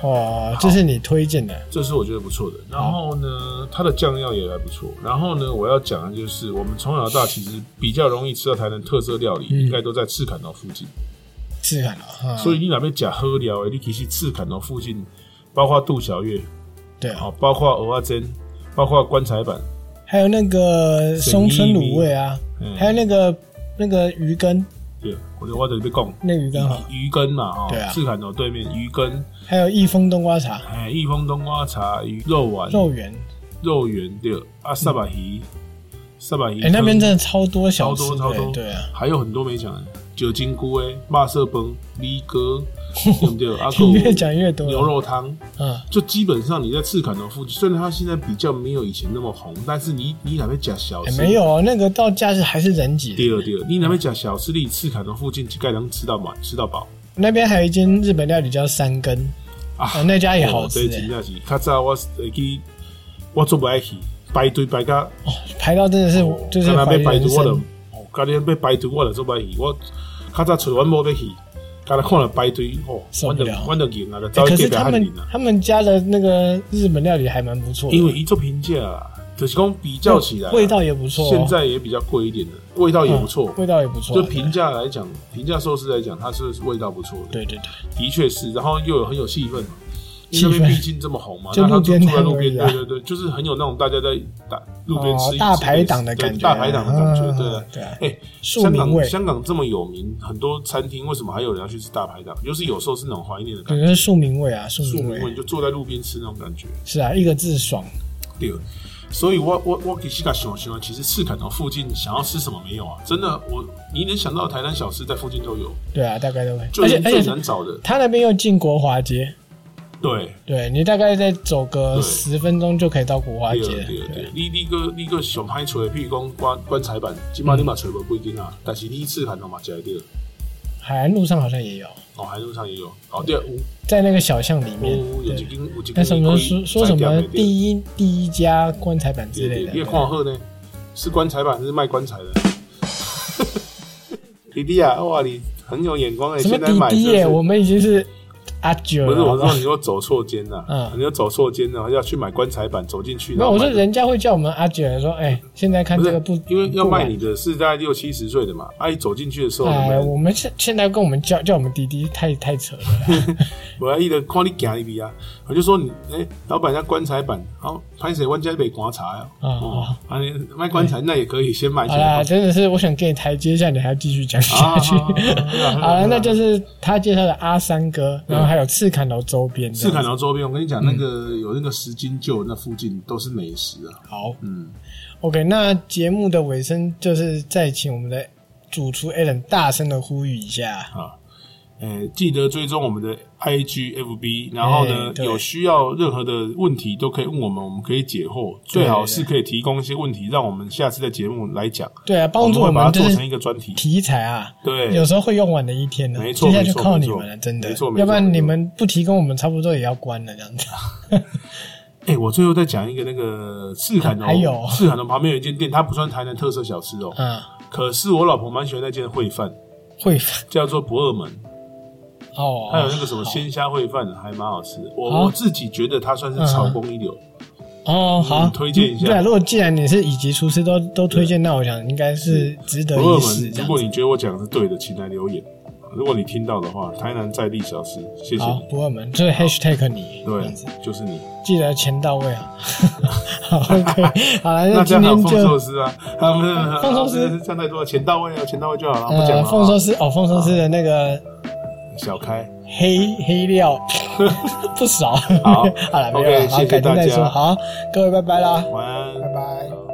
Speaker 2: 哦，这是你推荐的
Speaker 1: 这是我觉得不错的。然后呢，它的酱料也还不错。然后呢，我要讲的就是，我们从小到大其实比较容易吃到台南特色料
Speaker 2: 嗯
Speaker 1: 理，应该都在赤坎楼附近。
Speaker 2: 质感了啊？
Speaker 1: 所以你哪边假喝料的，你其实赤坎楼附近，包括杜小月，
Speaker 2: 对啊，
Speaker 1: 哦，包括蚵仔煎，包括棺材板，
Speaker 2: 还有那个松村卤味啊，
Speaker 1: 嗯
Speaker 2: 还有那个那个鱼羹，
Speaker 1: 对，我就我这里边讲
Speaker 2: 那个鱼羹哈，
Speaker 1: 鱼羹嘛，哦
Speaker 2: 对啊，
Speaker 1: 赤坎楼对面鱼羹，
Speaker 2: 还有益丰冬瓜茶、
Speaker 1: 哎，益丰冬瓜茶、鱼肉丸、
Speaker 2: 肉圆，
Speaker 1: 肉圆对，啊，萨巴鱼，萨巴鱼
Speaker 2: 哎、
Speaker 1: 汤，
Speaker 2: 那边真的超多
Speaker 1: 超
Speaker 2: 小吃
Speaker 1: 多超
Speaker 2: 的，
Speaker 1: 多，
Speaker 2: 对啊，
Speaker 1: 还有很多没讲的，酒精菇哎，麻色崩、米 哥，对不对？阿啊
Speaker 2: 你越讲越多，
Speaker 1: 牛，肉汤，
Speaker 2: 嗯，
Speaker 1: 就基本上你在赤坎楼附近，虽然它现在比较没有以前那么红，但是你你哪边讲小
Speaker 2: 哎、
Speaker 1: 吃？
Speaker 2: 没。有那个到假日还是人挤的，
Speaker 1: 第二，第二，你哪边讲小吃？你赤坎楼附近，盖能吃到满，吃到饱。
Speaker 2: 那边还有一间日本料理叫三根，
Speaker 1: 啊
Speaker 2: 啊，那家也好吃
Speaker 1: 哦这
Speaker 2: 哎
Speaker 1: 真正是，较早我是会去，我做不爱去，排队排到，
Speaker 2: 排到真的是、就是
Speaker 1: 哦看
Speaker 2: 怀
Speaker 1: 被
Speaker 2: 疑
Speaker 1: 排
Speaker 2: 人
Speaker 1: 队我就
Speaker 2: 生，，欸
Speaker 1: 哦，家己被排队我就做不爱去，我较早找阮某要去，刚才看了排队，哦，
Speaker 2: 受
Speaker 1: 阮
Speaker 2: 不
Speaker 1: 就
Speaker 2: 了
Speaker 1: 阮就赢啊，就
Speaker 2: 哎
Speaker 1: 走
Speaker 2: 可
Speaker 1: 去
Speaker 2: 是
Speaker 1: 隔壁
Speaker 2: 他
Speaker 1: 汉
Speaker 2: 们
Speaker 1: 人啊，
Speaker 2: 他们家的那个日本料理还蛮不错的，
Speaker 1: 因为一做评价啊，就是讲比较起来啊，
Speaker 2: 味道也不错哦、
Speaker 1: 现在也比较贵一点的，味道也不错
Speaker 2: 嗯。味道也不错，
Speaker 1: 就评价来讲，评价寿司来讲，它是味道不错的，
Speaker 2: 对对对。
Speaker 1: 的确是。然后又有很有气氛嘛，
Speaker 2: 气
Speaker 1: 因
Speaker 2: 氛
Speaker 1: 为那边毕竟这么红嘛，
Speaker 2: 就
Speaker 1: 那它
Speaker 2: 路
Speaker 1: 就
Speaker 2: 边
Speaker 1: 住在路
Speaker 2: 摊
Speaker 1: 边，
Speaker 2: 而已啊
Speaker 1: 对对对，就是很有那种大家在打路边吃
Speaker 2: 哦
Speaker 1: 一、
Speaker 2: 大排档的
Speaker 1: 对
Speaker 2: 感觉，
Speaker 1: 大排档的感觉，
Speaker 2: 嗯
Speaker 1: 对啊。
Speaker 2: 对啊，
Speaker 1: 哎，
Speaker 2: 庶
Speaker 1: 香
Speaker 2: 民味
Speaker 1: 港，香港这么有名，很多餐厅为什么还有人要去吃大排档？就是有时候是那种怀念的
Speaker 2: 可
Speaker 1: 感觉，
Speaker 2: 能是庶民味啊，庶
Speaker 1: 庶
Speaker 2: 民
Speaker 1: 民味
Speaker 2: 味
Speaker 1: 你就坐在路边吃那种感觉。
Speaker 2: 是啊，一个字爽，
Speaker 1: 对，所以我我我给西卡喜欢喜欢，其实赤坎头附近想要吃什么没有啊？真的，我你能想到的台南小吃在附近都有，
Speaker 2: 对啊，大概都会，
Speaker 1: 就
Speaker 2: 而
Speaker 1: 是
Speaker 2: 且而
Speaker 1: 最
Speaker 2: 且
Speaker 1: 难找的。
Speaker 2: 他那边又进国华街，
Speaker 1: 对，
Speaker 2: 对你大概再走个
Speaker 1: 对
Speaker 2: 十分钟就可以到古花
Speaker 1: 对
Speaker 2: 街了。
Speaker 1: 对对，你你个你个上歹找的，譬如讲棺棺材板，即码你嘛找无不一定
Speaker 2: 嗯
Speaker 1: 啊，但是你试看到嘛，食会到。
Speaker 2: 海岸路上好像也有，
Speaker 1: 哦，海路上也有。哦，对，有
Speaker 2: 在那个小巷里面。
Speaker 1: 有有
Speaker 2: 对
Speaker 1: 一间有一间。
Speaker 2: 那什么说说什么
Speaker 1: 一
Speaker 2: 第一第一家棺材板之类的
Speaker 1: 你也，看好呢？是棺材板还是卖棺材的？弟弟啊，哇，你很有眼光哎！
Speaker 2: 什么
Speaker 1: 现在
Speaker 2: 滴
Speaker 1: 买
Speaker 2: 滴耶，
Speaker 1: 真是
Speaker 2: 我们已经是阿九
Speaker 1: 不是
Speaker 2: 了。好
Speaker 1: 我
Speaker 2: 不好
Speaker 1: 说，你说走错间了，
Speaker 2: 嗯
Speaker 1: 你说走错间了，要去买棺材板，走进去。
Speaker 2: 没
Speaker 1: 然
Speaker 2: 有，
Speaker 1: 后
Speaker 2: 我说
Speaker 1: 买
Speaker 2: 人家会叫我们阿九说，哎，现在看
Speaker 1: 不
Speaker 2: 这
Speaker 1: 是
Speaker 2: 个不，
Speaker 1: 因为要
Speaker 2: 不
Speaker 1: 卖
Speaker 2: 玩
Speaker 1: 你的是大概六七十岁的嘛，啊，一走进去的时候，
Speaker 2: 哎，
Speaker 1: 我
Speaker 2: 我们现现在跟我们叫叫我们滴滴太太 扯了啦，
Speaker 1: 我要一个看你行一比啊，我就说你，哎，老板要棺材板，好，拍谁？万家北观察呀，
Speaker 2: 啊
Speaker 1: 哦，啊，你卖棺材那也可以，先买起
Speaker 2: 好
Speaker 1: 来
Speaker 2: 啦，。真的是我想给你台阶下，你还要继续讲
Speaker 1: 啊
Speaker 2: 下去。好了，那就是他介绍的阿三哥，然后还有赤坎楼周边。
Speaker 1: 赤坎，楼周边，我跟你
Speaker 2: 嗯
Speaker 1: 讲，那个有那个石金旧那附近都是美食啊，
Speaker 2: 好
Speaker 1: 嗯，
Speaker 2: ，OK，那节目的尾声就是再请我们的主厨 Alan 大声的呼吁一下。
Speaker 1: 啊，呃，记得追踪我们的 IG、FB，然后
Speaker 2: 哎
Speaker 1: 呢，
Speaker 2: 对
Speaker 1: 有需要任何的问题都可以问我们，我们可以解惑，最好是可以提供一些问题，让我们下次的节目来讲，
Speaker 2: 对啊，帮助
Speaker 1: 我
Speaker 2: 我
Speaker 1: 们会把它
Speaker 2: 们就
Speaker 1: 做
Speaker 2: 是
Speaker 1: 成一个专题。
Speaker 2: 题材啊，
Speaker 1: 对
Speaker 2: 有时候会用完的一天呢、啊
Speaker 1: 没错
Speaker 2: 接下来
Speaker 1: 没
Speaker 2: 就
Speaker 1: 错
Speaker 2: 靠
Speaker 1: 没
Speaker 2: 你
Speaker 1: 错
Speaker 2: 们了，真的
Speaker 1: 没错，没错
Speaker 2: 要不然
Speaker 1: 没
Speaker 2: 你
Speaker 1: 错
Speaker 2: 们不提供，我们差不多也要关了 这样子。
Speaker 1: 哎，我最后再讲一个那个赤坎楼，
Speaker 2: 啊还有
Speaker 1: 赤坎楼旁边有一间店，它不算台南特色小吃哦，
Speaker 2: 嗯，
Speaker 1: 可是我老婆蛮喜欢那间烩饭，
Speaker 2: 会
Speaker 1: 叫做不二门。
Speaker 2: 哦，
Speaker 1: 还有那个什么
Speaker 2: 好
Speaker 1: 鲜虾烩饭还蛮好吃的，
Speaker 2: 好嗯
Speaker 1: 我我自己觉得它算是炒工一流。
Speaker 2: 哦，好，
Speaker 1: 嗯推荐一下
Speaker 2: 对啊，如果既然你是以及厨师都都推荐，那我想应该是值得
Speaker 1: 朋友
Speaker 2: 一试
Speaker 1: 们，如
Speaker 2: 这样
Speaker 1: 果
Speaker 2: 子。
Speaker 1: 你觉得我讲的是对的，请来留言。如果你听到的话，台南在地小吃，谢谢
Speaker 2: 好
Speaker 1: 你，。
Speaker 2: 不二门，所以 hashtag 你这样子，
Speaker 1: 对，就是你。
Speaker 2: 记得钱到位 啊。好，OK，好了，
Speaker 1: 那
Speaker 2: 那
Speaker 1: 这
Speaker 2: 今
Speaker 1: 样还有
Speaker 2: 天
Speaker 1: 凤寿
Speaker 2: 就
Speaker 1: 司啊，啊不是
Speaker 2: 凤寿司
Speaker 1: 赚太多了，钱到位啊，钱到位就好了，不讲
Speaker 2: 呃，
Speaker 1: 了。
Speaker 2: 凤寿司哦，凤寿司的那个
Speaker 1: 啊小开，
Speaker 2: 黑黑料 不少。
Speaker 1: 好
Speaker 2: 好了，没有
Speaker 1: OK，
Speaker 2: 了，好，
Speaker 1: 谢谢
Speaker 2: 改天
Speaker 1: 大
Speaker 2: 再说。
Speaker 1: 家
Speaker 2: 好，各位拜拜啦，
Speaker 1: 晚安
Speaker 2: 拜。拜。